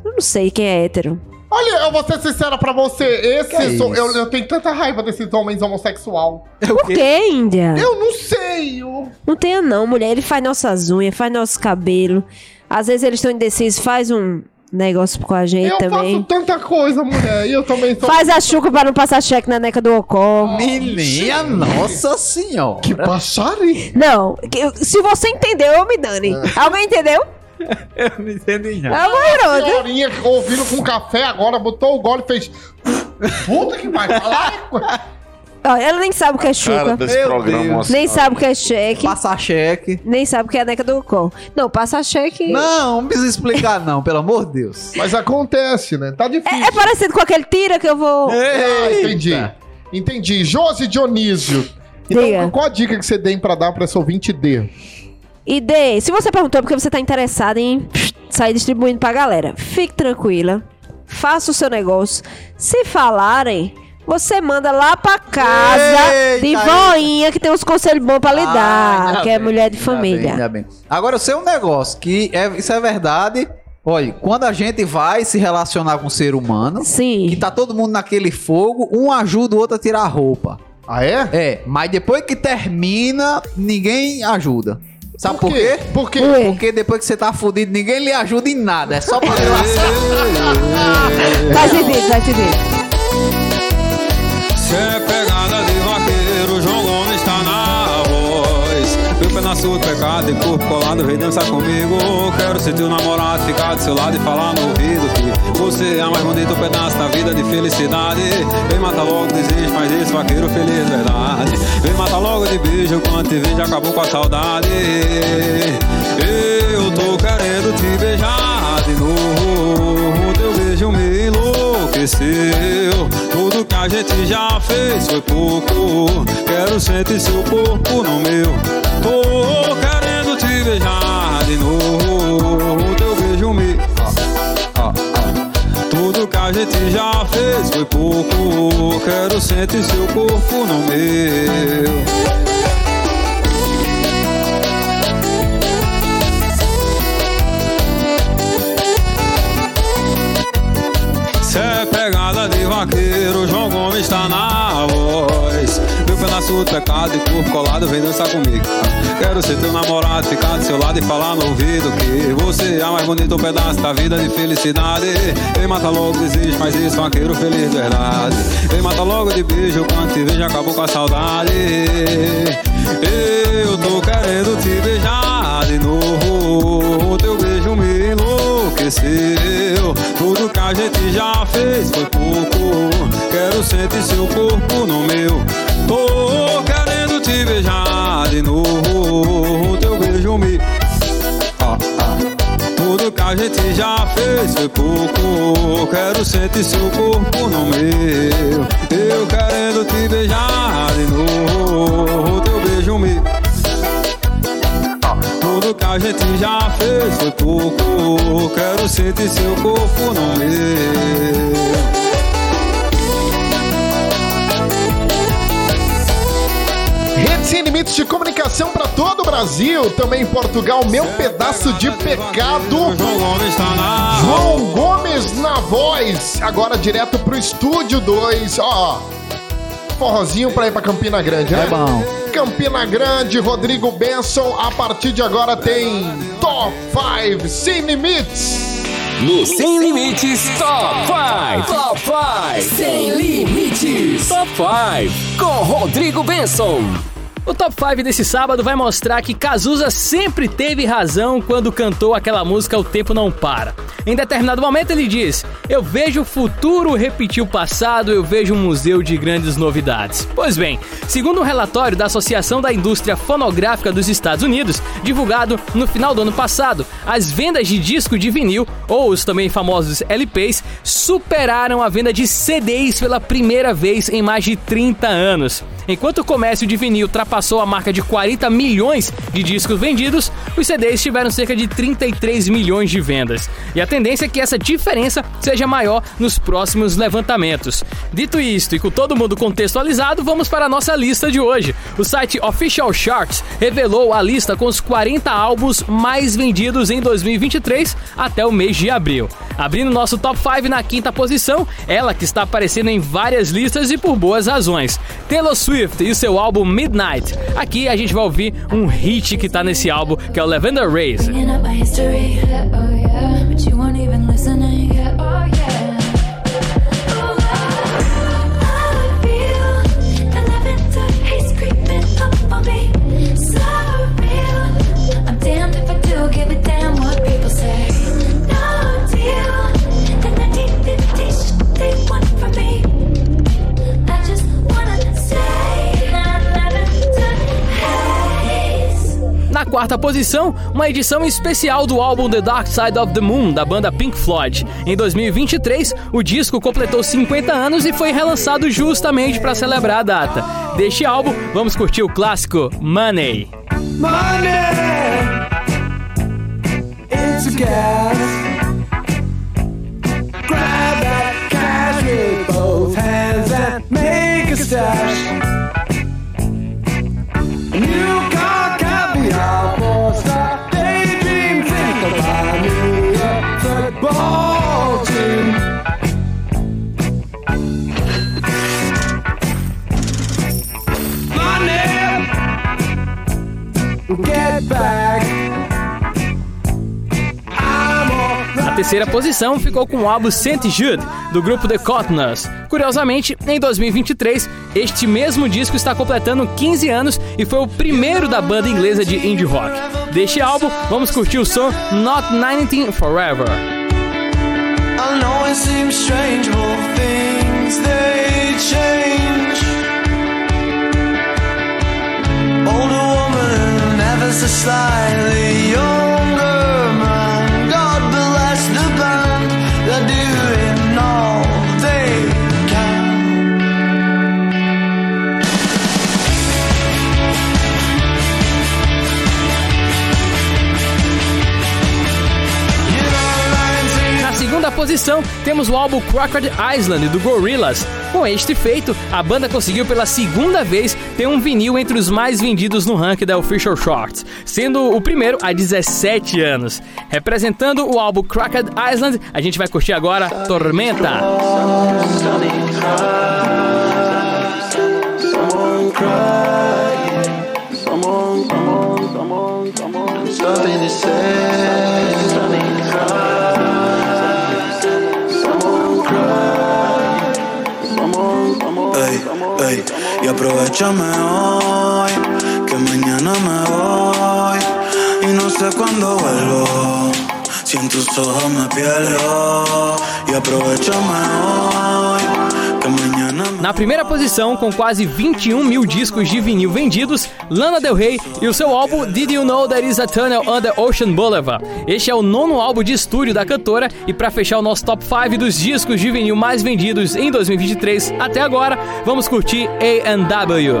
Speaker 2: eu não sei quem é hétero.
Speaker 3: Olha, eu vou ser sincera pra você.
Speaker 4: Que é
Speaker 3: Esses,
Speaker 4: isso?
Speaker 3: eu, eu tenho tanta raiva desses homens homossexual.
Speaker 2: Por que, Índia?
Speaker 3: É Eu não sei. eu-
Speaker 2: Não tenha não, mulher. Ele faz nossas unhas, faz nosso cabelo. Às vezes eles estão indecisos, faz um negócio com a gente
Speaker 3: Eu faço
Speaker 2: também.
Speaker 3: tanta coisa, mulher. E eu também sou.
Speaker 2: Faz a chuca pra não passar cheque na neca do Ocó.
Speaker 4: Menina, nossa senhora.
Speaker 3: Que baixaria.
Speaker 2: Não, que- se você entendeu, eu me dane.
Speaker 4: É.
Speaker 2: Alguém entendeu?
Speaker 7: Eu não entendi nada.
Speaker 2: É o garoto.
Speaker 3: Senhorinha que ouvindo com café agora, botou o gole e fez. Puta que vai falar.
Speaker 2: Ó, Ela nem sabe o que
Speaker 5: Cara
Speaker 2: é chuca,
Speaker 5: desse
Speaker 4: Meu
Speaker 5: programa,
Speaker 4: Deus.
Speaker 5: assim.
Speaker 2: nem sabe o que é cheque,
Speaker 4: Passar cheque.
Speaker 2: nem sabe o que é a neca do Ocó. Não, passa cheque.
Speaker 4: Não, não precisa explicar, não, pelo amor de Deus.
Speaker 3: Mas acontece, né? Tá
Speaker 2: É, é
Speaker 3: difícil.
Speaker 2: parecido com aquele tira que eu vou.
Speaker 4: É.
Speaker 3: Ah, entendi. Entendi. Josi Dionísio. Então,
Speaker 2: Diga.
Speaker 3: qual a dica que você tem pra dar pra essa ouvinte D?
Speaker 2: E Dê, se você perguntou é porque você tá interessada em psh, sair distribuindo pra galera, fique tranquila. Faça o seu negócio. Se falarem, você manda lá pra casa de
Speaker 4: Eita,
Speaker 2: voinha que tem uns conselhos bons pra lhe
Speaker 4: Ah,
Speaker 2: dar,
Speaker 4: ainda
Speaker 2: que é
Speaker 4: bem,
Speaker 2: mulher de
Speaker 4: ainda
Speaker 2: família.
Speaker 4: bem, ainda bem. Agora eu sei um negócio que é, isso é verdade. Olha, quando a gente vai se relacionar com um ser humano, que
Speaker 2: Sim.
Speaker 4: tá todo mundo naquele fogo, um ajuda o outro a tirar a roupa.
Speaker 3: Ah, é?
Speaker 4: É, mas depois que termina, ninguém ajuda. Sabe por quê?
Speaker 3: Por quê?
Speaker 2: Ué.
Speaker 4: Porque depois que você tá fudido, ninguém lhe ajuda em nada. É só pra relacionar.
Speaker 2: Faz sentido, faz sentido.
Speaker 9: Cê é pegada de vaqueiro, João Gomes tá na voz. Meu pé na sua pecado e corpo colado, vem dançar comigo. Quero ser teu namorado, ficar do seu lado e falar no ouvido que você é o mais bonito pedaço da vida de felicidade. Vem matar logo, desejo, faz esse vaqueiro feliz, verdade. Vem matar logo de beijo, quando te vejo, acabou com a saudade. Eu tô querendo te beijar de novo, teu beijo me enlouqueceu. Tudo que a gente já fez foi pouco. Quero sentir seu corpo no meu. Tô querendo te beijar de novo. Teu beijo me. Ah, ah, ah. Tudo que a gente já fez foi pouco. Quero sentir seu corpo no meu. Cê é pegada de vaqueiro, João Gomes tá na voz. Meu pedaço do pecado e corpo colado, vem dançar comigo. Quero ser teu namorado, ficar do seu lado e falar no ouvido que você é o mais bonito pedaço da vida de felicidade. Vem mata logo, desiste, mas isso, vaqueiro feliz, verdade. Vem mata logo de beijo, quando te vejo, acabou com a saudade. Eu tô querendo te beijar de novo, teu beijo me enlouqueceu. Tudo que a gente já fez foi pouco. Quero sentir seu corpo no meu. Tô querendo te beijar de novo. Teu beijo me. Ah, ah. Tudo que a gente já fez foi pouco. Quero sentir seu corpo no meu. Eu querendo te beijar de novo. Teu beijo me. Tudo que a gente já fez foi pouco. Quero sentir seu corpo no meu.
Speaker 3: Rede Sem Limites de comunicação pra todo o Brasil, também em Portugal, meu pedaço de pecado.
Speaker 9: João Gomes tá na
Speaker 3: João Gomes na voz, agora direto pro estúdio 2, ó. Forrozinho pra ir pra Campina Grande, né?
Speaker 4: É bom.
Speaker 3: Campina Grande, Rodrigo Benson, a partir de agora tem Top 5 Sem Limites.
Speaker 1: No Sem Limites Top 5. Top 5. Sem Limites. Top 5. Com Rodrigo Benson.
Speaker 6: O Top 5 desse sábado vai mostrar que Cazuza sempre teve razão quando cantou aquela música O Tempo Não Para. Em determinado momento ele diz: Eu vejo o futuro repetir o passado, eu vejo um museu de grandes novidades. Pois bem, segundo um relatório da Associação da Indústria Fonográfica dos Estados Unidos, divulgado no final do ano passado, as vendas de disco de vinil, ou os também famosos LPs, superaram a venda de CDs pela primeira vez em mais de 30 anos. Enquanto o comércio de vinil ultrapassou a marca de 40 milhões de discos vendidos, os CDs tiveram cerca de 33 milhões de vendas. E a tendência é que essa diferença seja maior nos próximos levantamentos. Dito isto e com todo mundo contextualizado, vamos para a nossa lista de hoje. O site Official Charts revelou a lista com os 40 álbuns mais vendidos em 2023 até o mês de abril. Abrindo nosso top 5 na quinta posição, ela que está aparecendo em várias listas e por boas razões. Taylor Swift e seu álbum Midnight. Aqui a gente vai ouvir um hit que tá nesse álbum, que é o Lavender Raise.
Speaker 10: Bringing up my history, yeah, oh yeah. But you weren't even listening, yeah, oh yeah. Oh, how I feel. The lavender haze creeping up on me. So real. I'm damned if I do give a damn what people say. No deal. And I need this dish they want from me. I just wanna say, that lavender haze.
Speaker 6: Na quarta posição, uma edição especial do álbum The Dark Side of the Moon, da banda Pink Floyd. Em 2023, o disco completou 50 anos e foi relançado justamente para celebrar a data. Deste álbum, vamos curtir o clássico Money. A terceira posição ficou com o álbum Saint Jude, do grupo The Cottoners. Curiosamente, em 2023, este mesmo disco está completando 15 anos e foi o primeiro da banda inglesa de indie rock. Deste álbum, vamos curtir o som Not 19 Forever.
Speaker 11: I know it seems strange, but things they change. Older woman, ever so slightly younger man. God bless the band, they're doing all they can. You know, 19
Speaker 6: Na segunda posição, temos o álbum Crockett Island do Gorillaz. Com este feito, a banda conseguiu pela segunda vez ter um vinil entre os mais vendidos no ranking da Official Charts, sendo o primeiro há 17 anos. Representando o álbum Crockett Island, a gente vai curtir agora Tormenta.
Speaker 11: Something to say. Ey, ey, y aprovechame hoy, que mañana me voy y no sé cuándo vuelvo. Si en tus ojos me pierdo, y aprovechame hoy, que mañana me
Speaker 6: Na primeira posição, com quase 21 mil discos de vinil vendidos, Lana Del Rey e o seu álbum Did You Know There Is a Tunnel Under Ocean Boulevard. Este é o nono álbum de estúdio da cantora e para fechar o nosso top 5 dos discos de vinil mais vendidos em 2023 até agora, vamos curtir A&W.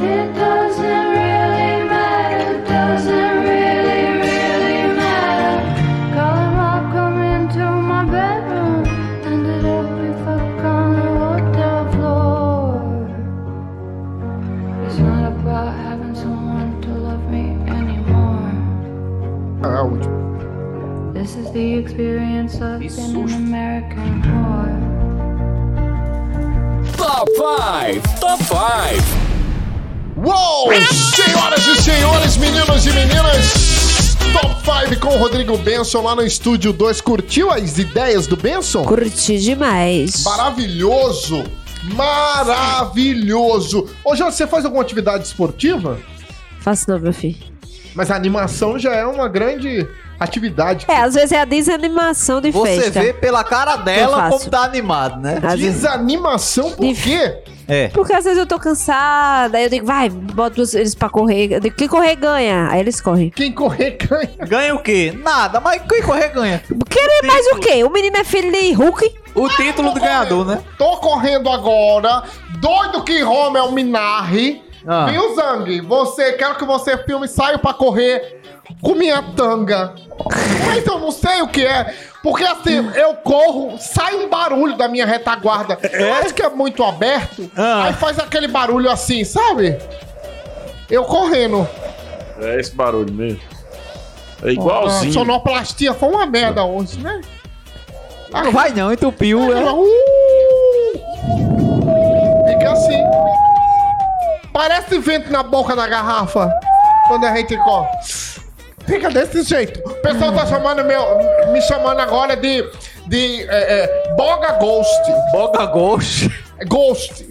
Speaker 10: It doesn't really matter, doesn't really, really matter. Call him up, come into my bedroom. Ended up we fuck on the hotel floor. It's not about having someone to love me anymore.
Speaker 3: Ah, o último.
Speaker 10: It's
Speaker 12: This is the experience of being an American boy.
Speaker 1: Top 5, Top 5.
Speaker 3: Uou! Senhoras e senhores, meninos e meninas, Top 5 com o Rodrigo Benson lá no Estúdio 2. Curtiu as ideias do Benson?
Speaker 2: Curti demais.
Speaker 3: Maravilhoso! Maravilhoso! Ô, Jorge, você faz alguma atividade esportiva?
Speaker 2: Faço não, meu filho.
Speaker 3: Mas a animação já é uma grande atividade.
Speaker 2: É, às vezes é a desanimação de
Speaker 4: Você
Speaker 2: festa.
Speaker 4: vê pela cara
Speaker 2: Eu
Speaker 4: dela
Speaker 2: faço.
Speaker 4: como tá animado, né?
Speaker 2: Às vezes-
Speaker 3: Desanimação por quê?
Speaker 4: É.
Speaker 2: Porque às vezes eu tô cansada, aí eu digo, vai, bota os- eles pra correr. Eu digo, quem correr ganha. Aí eles correm.
Speaker 3: Quem correr ganha.
Speaker 4: Ganha o quê? Nada, mas quem correr ganha.
Speaker 2: Querer mais o quê? O menino é filho de Hulk?
Speaker 4: O título do ganhador, né?
Speaker 3: Tô correndo agora, doido que Roma é o Minarri.
Speaker 4: Ah.
Speaker 3: Viu, Zang? Você, quero que você filme, saio pra correr com minha tanga. Mas eu não sei o que é. Porque assim, eu corro, sai um barulho da minha retaguarda. Eu acho que é muito aberto.
Speaker 4: Ah.
Speaker 3: Aí faz aquele barulho assim, sabe? Eu correndo.
Speaker 5: É esse barulho mesmo. É
Speaker 3: A
Speaker 5: igualzinho.
Speaker 3: Ah, sonoplastia foi uma merda hoje, né?
Speaker 4: Não vai não, entupiu.
Speaker 3: Ela,
Speaker 4: É.
Speaker 3: "Uh!" Fica assim. Parece vento na boca da garrafa. Quando a gente corre. Fica desse jeito. O pessoal tá chamando meu, me chamando agora de. de. É, é, Boga Ghost.
Speaker 4: Boga Ghost.
Speaker 3: Ghost.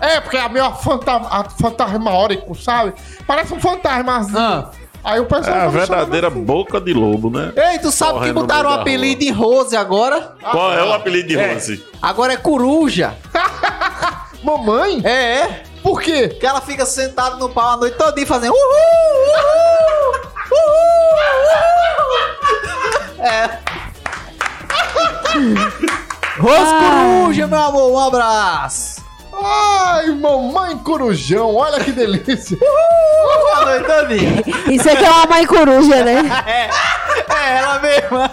Speaker 3: É, porque é meu fantasma, a fantasmaórico, sabe? Parece um fantasmazinho.
Speaker 4: Ah.
Speaker 3: Aí o
Speaker 5: É
Speaker 3: pessoal.
Speaker 5: a
Speaker 3: tá me
Speaker 5: verdadeira boca de lobo, né?
Speaker 4: Ei, tu sabe
Speaker 5: Correndo
Speaker 4: que
Speaker 5: no
Speaker 4: botaram o
Speaker 5: meio da
Speaker 4: apelido em Rose agora?
Speaker 5: Qual é o apelido de Rose?
Speaker 4: Agora é coruja.
Speaker 3: chamando- Mamãe?
Speaker 4: É, é.
Speaker 3: Por quê?
Speaker 4: Que ela fica sentada no pau a noite toda e fazendo uhul, uhul, uhul, uhul. É. Rose
Speaker 2: Ah.
Speaker 4: Coruja, meu amor, um abraço.
Speaker 3: Ai, mamãe corujão, olha que delícia.
Speaker 4: Boa noite, todinha.
Speaker 2: Isso aqui é uma mãe coruja, né?
Speaker 4: É ela mesma.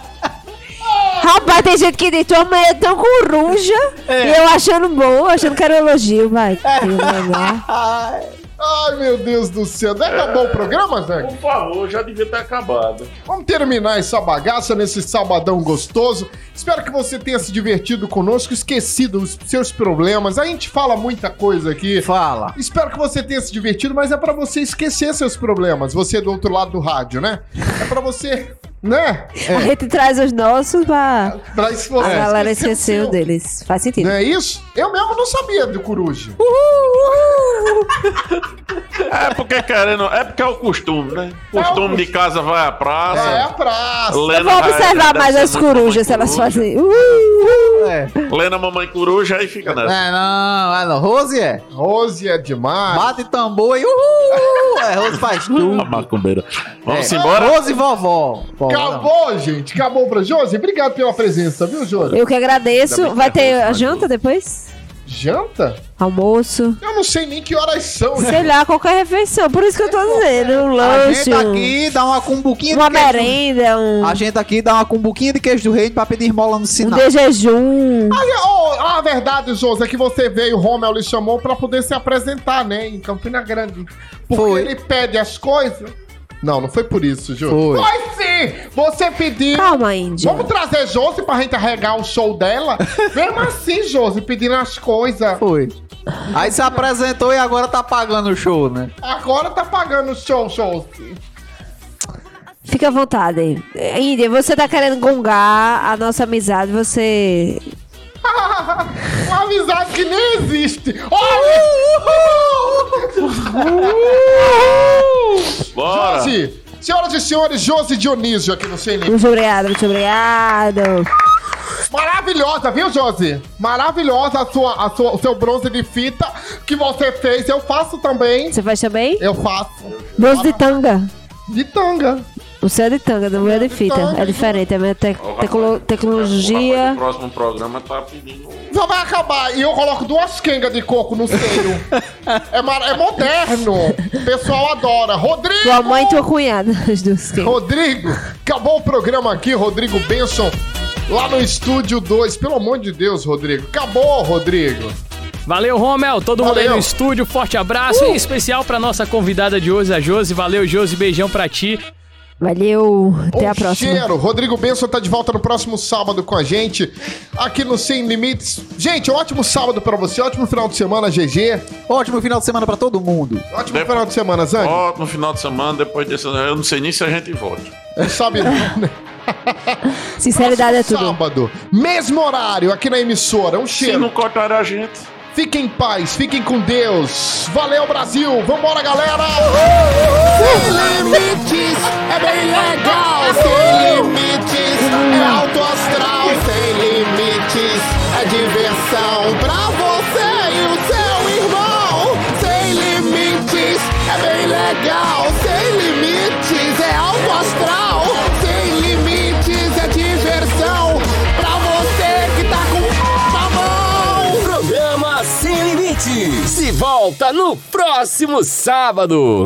Speaker 2: Rapaz, tem gente que diz, tua mãe é tão coruja.
Speaker 4: É.
Speaker 2: E eu achando bom, achando que era um elogio, vai. né? Que legal.
Speaker 3: Ai, meu Deus do céu. Não acabou o programa, Zé?
Speaker 5: Por favor, já devia ter acabado.
Speaker 3: Vamos terminar essa bagaça nesse sabadão gostoso. Espero que você tenha se divertido conosco, esquecido os seus problemas. A gente fala muita coisa aqui.
Speaker 4: Fala.
Speaker 3: Espero que você tenha se divertido, mas é pra você esquecer seus problemas. Você é do outro lado do rádio, né? É pra você, né?
Speaker 2: A gente traz os nossos pra.
Speaker 3: Pra isso
Speaker 4: É.
Speaker 3: você
Speaker 2: A galera
Speaker 3: esquecer o
Speaker 2: esqueceu
Speaker 3: seu.
Speaker 2: deles. Faz sentido.
Speaker 3: Não é
Speaker 4: Né?
Speaker 3: isso? Eu mesmo não sabia do coruja.
Speaker 5: É porque querendo, é porque é o costume, né?
Speaker 3: É o
Speaker 5: Costume de casa vai à praça.
Speaker 3: É a praça.
Speaker 5: Lena
Speaker 2: Eu vou
Speaker 5: vai-
Speaker 2: observar
Speaker 5: deve
Speaker 2: mais
Speaker 5: ser
Speaker 2: as
Speaker 5: tá muito
Speaker 2: corujas, se
Speaker 5: mamãe
Speaker 2: elas
Speaker 5: coruja.
Speaker 2: fazem. Uhul, uhul.
Speaker 4: É.
Speaker 5: Lena Mamãe Coruja aí fica nessa.
Speaker 4: É, não, é não. Rose é.
Speaker 3: Rose é demais.
Speaker 4: Bate tambor e uhul. É, Rose faz
Speaker 5: A
Speaker 4: tudo.
Speaker 5: Tá macumbeira. Vamos
Speaker 4: É.
Speaker 5: embora?
Speaker 4: Rose e vovó. Vovó, não.
Speaker 3: Acabou, gente. Acabou pra Josi. Obrigado pela presença, viu, Josi?
Speaker 2: Eu que agradeço. Vai
Speaker 5: tá
Speaker 2: ter a janta depois?
Speaker 3: Janta?
Speaker 2: Almoço?
Speaker 3: Eu não sei nem que horas são,
Speaker 2: Sei lá, qualquer refeição. Por isso que eu tô dizendo. Um
Speaker 4: A gente
Speaker 2: lanche,
Speaker 4: tá
Speaker 2: um-
Speaker 4: aqui é dá uma cumbuquinha
Speaker 2: uma
Speaker 4: queijo.
Speaker 2: merenda, um,
Speaker 4: A gente aqui dá uma cumbuquinha de queijo do reino pra pedir esmola no
Speaker 2: um
Speaker 4: sinal.
Speaker 2: de jejum.
Speaker 3: Olha, ó, a verdade, Josi, é que você veio, o Romel lhe chamou pra poder se apresentar, né, em Campina Grande. Porque
Speaker 4: Foi.
Speaker 3: ele pede as coisas. Não, não foi por isso, Josi.
Speaker 4: Foi. Ah,
Speaker 3: sim! Você pediu.
Speaker 2: Calma, Índia.
Speaker 3: Vamos trazer Josi pra gente arregar o show dela? Mesmo assim, Josi, pedindo as coisas.
Speaker 4: Foi. Aí se apresentou e agora tá pagando o show, né?
Speaker 3: Agora tá pagando o show, Josi.
Speaker 2: Fica à vontade. Índia, você tá querendo gongar a nossa amizade, você.
Speaker 3: Uma amizade que nem existe. Olha!
Speaker 5: Bora!
Speaker 3: Josi, senhoras e senhores, Josi Dionísio aqui no Sem Limite.
Speaker 2: Muito obrigado, muito obrigado.
Speaker 3: Maravilhosa, viu, Josi? Maravilhosa a sua, a sua, o seu bronze de fita que você fez. Eu faço também.
Speaker 2: Você faz também?
Speaker 3: Eu faço.
Speaker 2: Doce de tanga.
Speaker 3: De tanga.
Speaker 2: O seu é de tanga, não é de fita. É diferente, é minha te- tecno-
Speaker 5: O
Speaker 2: tecnologia.
Speaker 5: próximo programa tá pedindo.
Speaker 3: Só vai acabar. E eu coloco duas quengas de coco no seio. é, mar- é moderno. O pessoal adora. Rodrigo!
Speaker 2: Tua mãe e tua cunhada, as duas. que-
Speaker 3: Rodrigo, acabou o programa aqui, Rodrigo Benson, lá no Estúdio 2. Pelo amor de Deus, Rodrigo. Acabou, Rodrigo.
Speaker 6: Valeu, Romel. Todo mundo aí
Speaker 3: Valeu.
Speaker 6: no estúdio. Forte abraço. E em especial pra nossa convidada de hoje, a Josi. Valeu, Josi. Beijão pra ti.
Speaker 2: Valeu, até a próxima.
Speaker 3: Um Cheiro, Rodrigo Benson tá de volta no próximo sábado com a gente, aqui no Sem Limites. Gente, ótimo sábado pra você, ótimo final de semana, GG.
Speaker 4: Ótimo final de semana pra todo mundo.
Speaker 3: Ótimo final de semana, Zang.
Speaker 5: Ó, no final de semana, depois desse. Eu não sei nem se a gente volta.
Speaker 3: Não sabe não, né?
Speaker 2: Sinceridade é tudo.
Speaker 3: Sábado, mesmo horário, aqui na emissora. Um cheiro. Se não
Speaker 5: cortar a gente.
Speaker 3: Fiquem em paz, fiquem com Deus. Valeu, Brasil. Vambora, galera. Sem limites, é bem legal. Sem limites, é alto astral. Sem limites, é diversão pra você e o seu irmão. Sem limites, é bem legal. Sem limites, é alto astral. Sem limites, é diversão pra você que tá com a mão.
Speaker 1: Programa Sem Limites. Se volta no próximo sábado.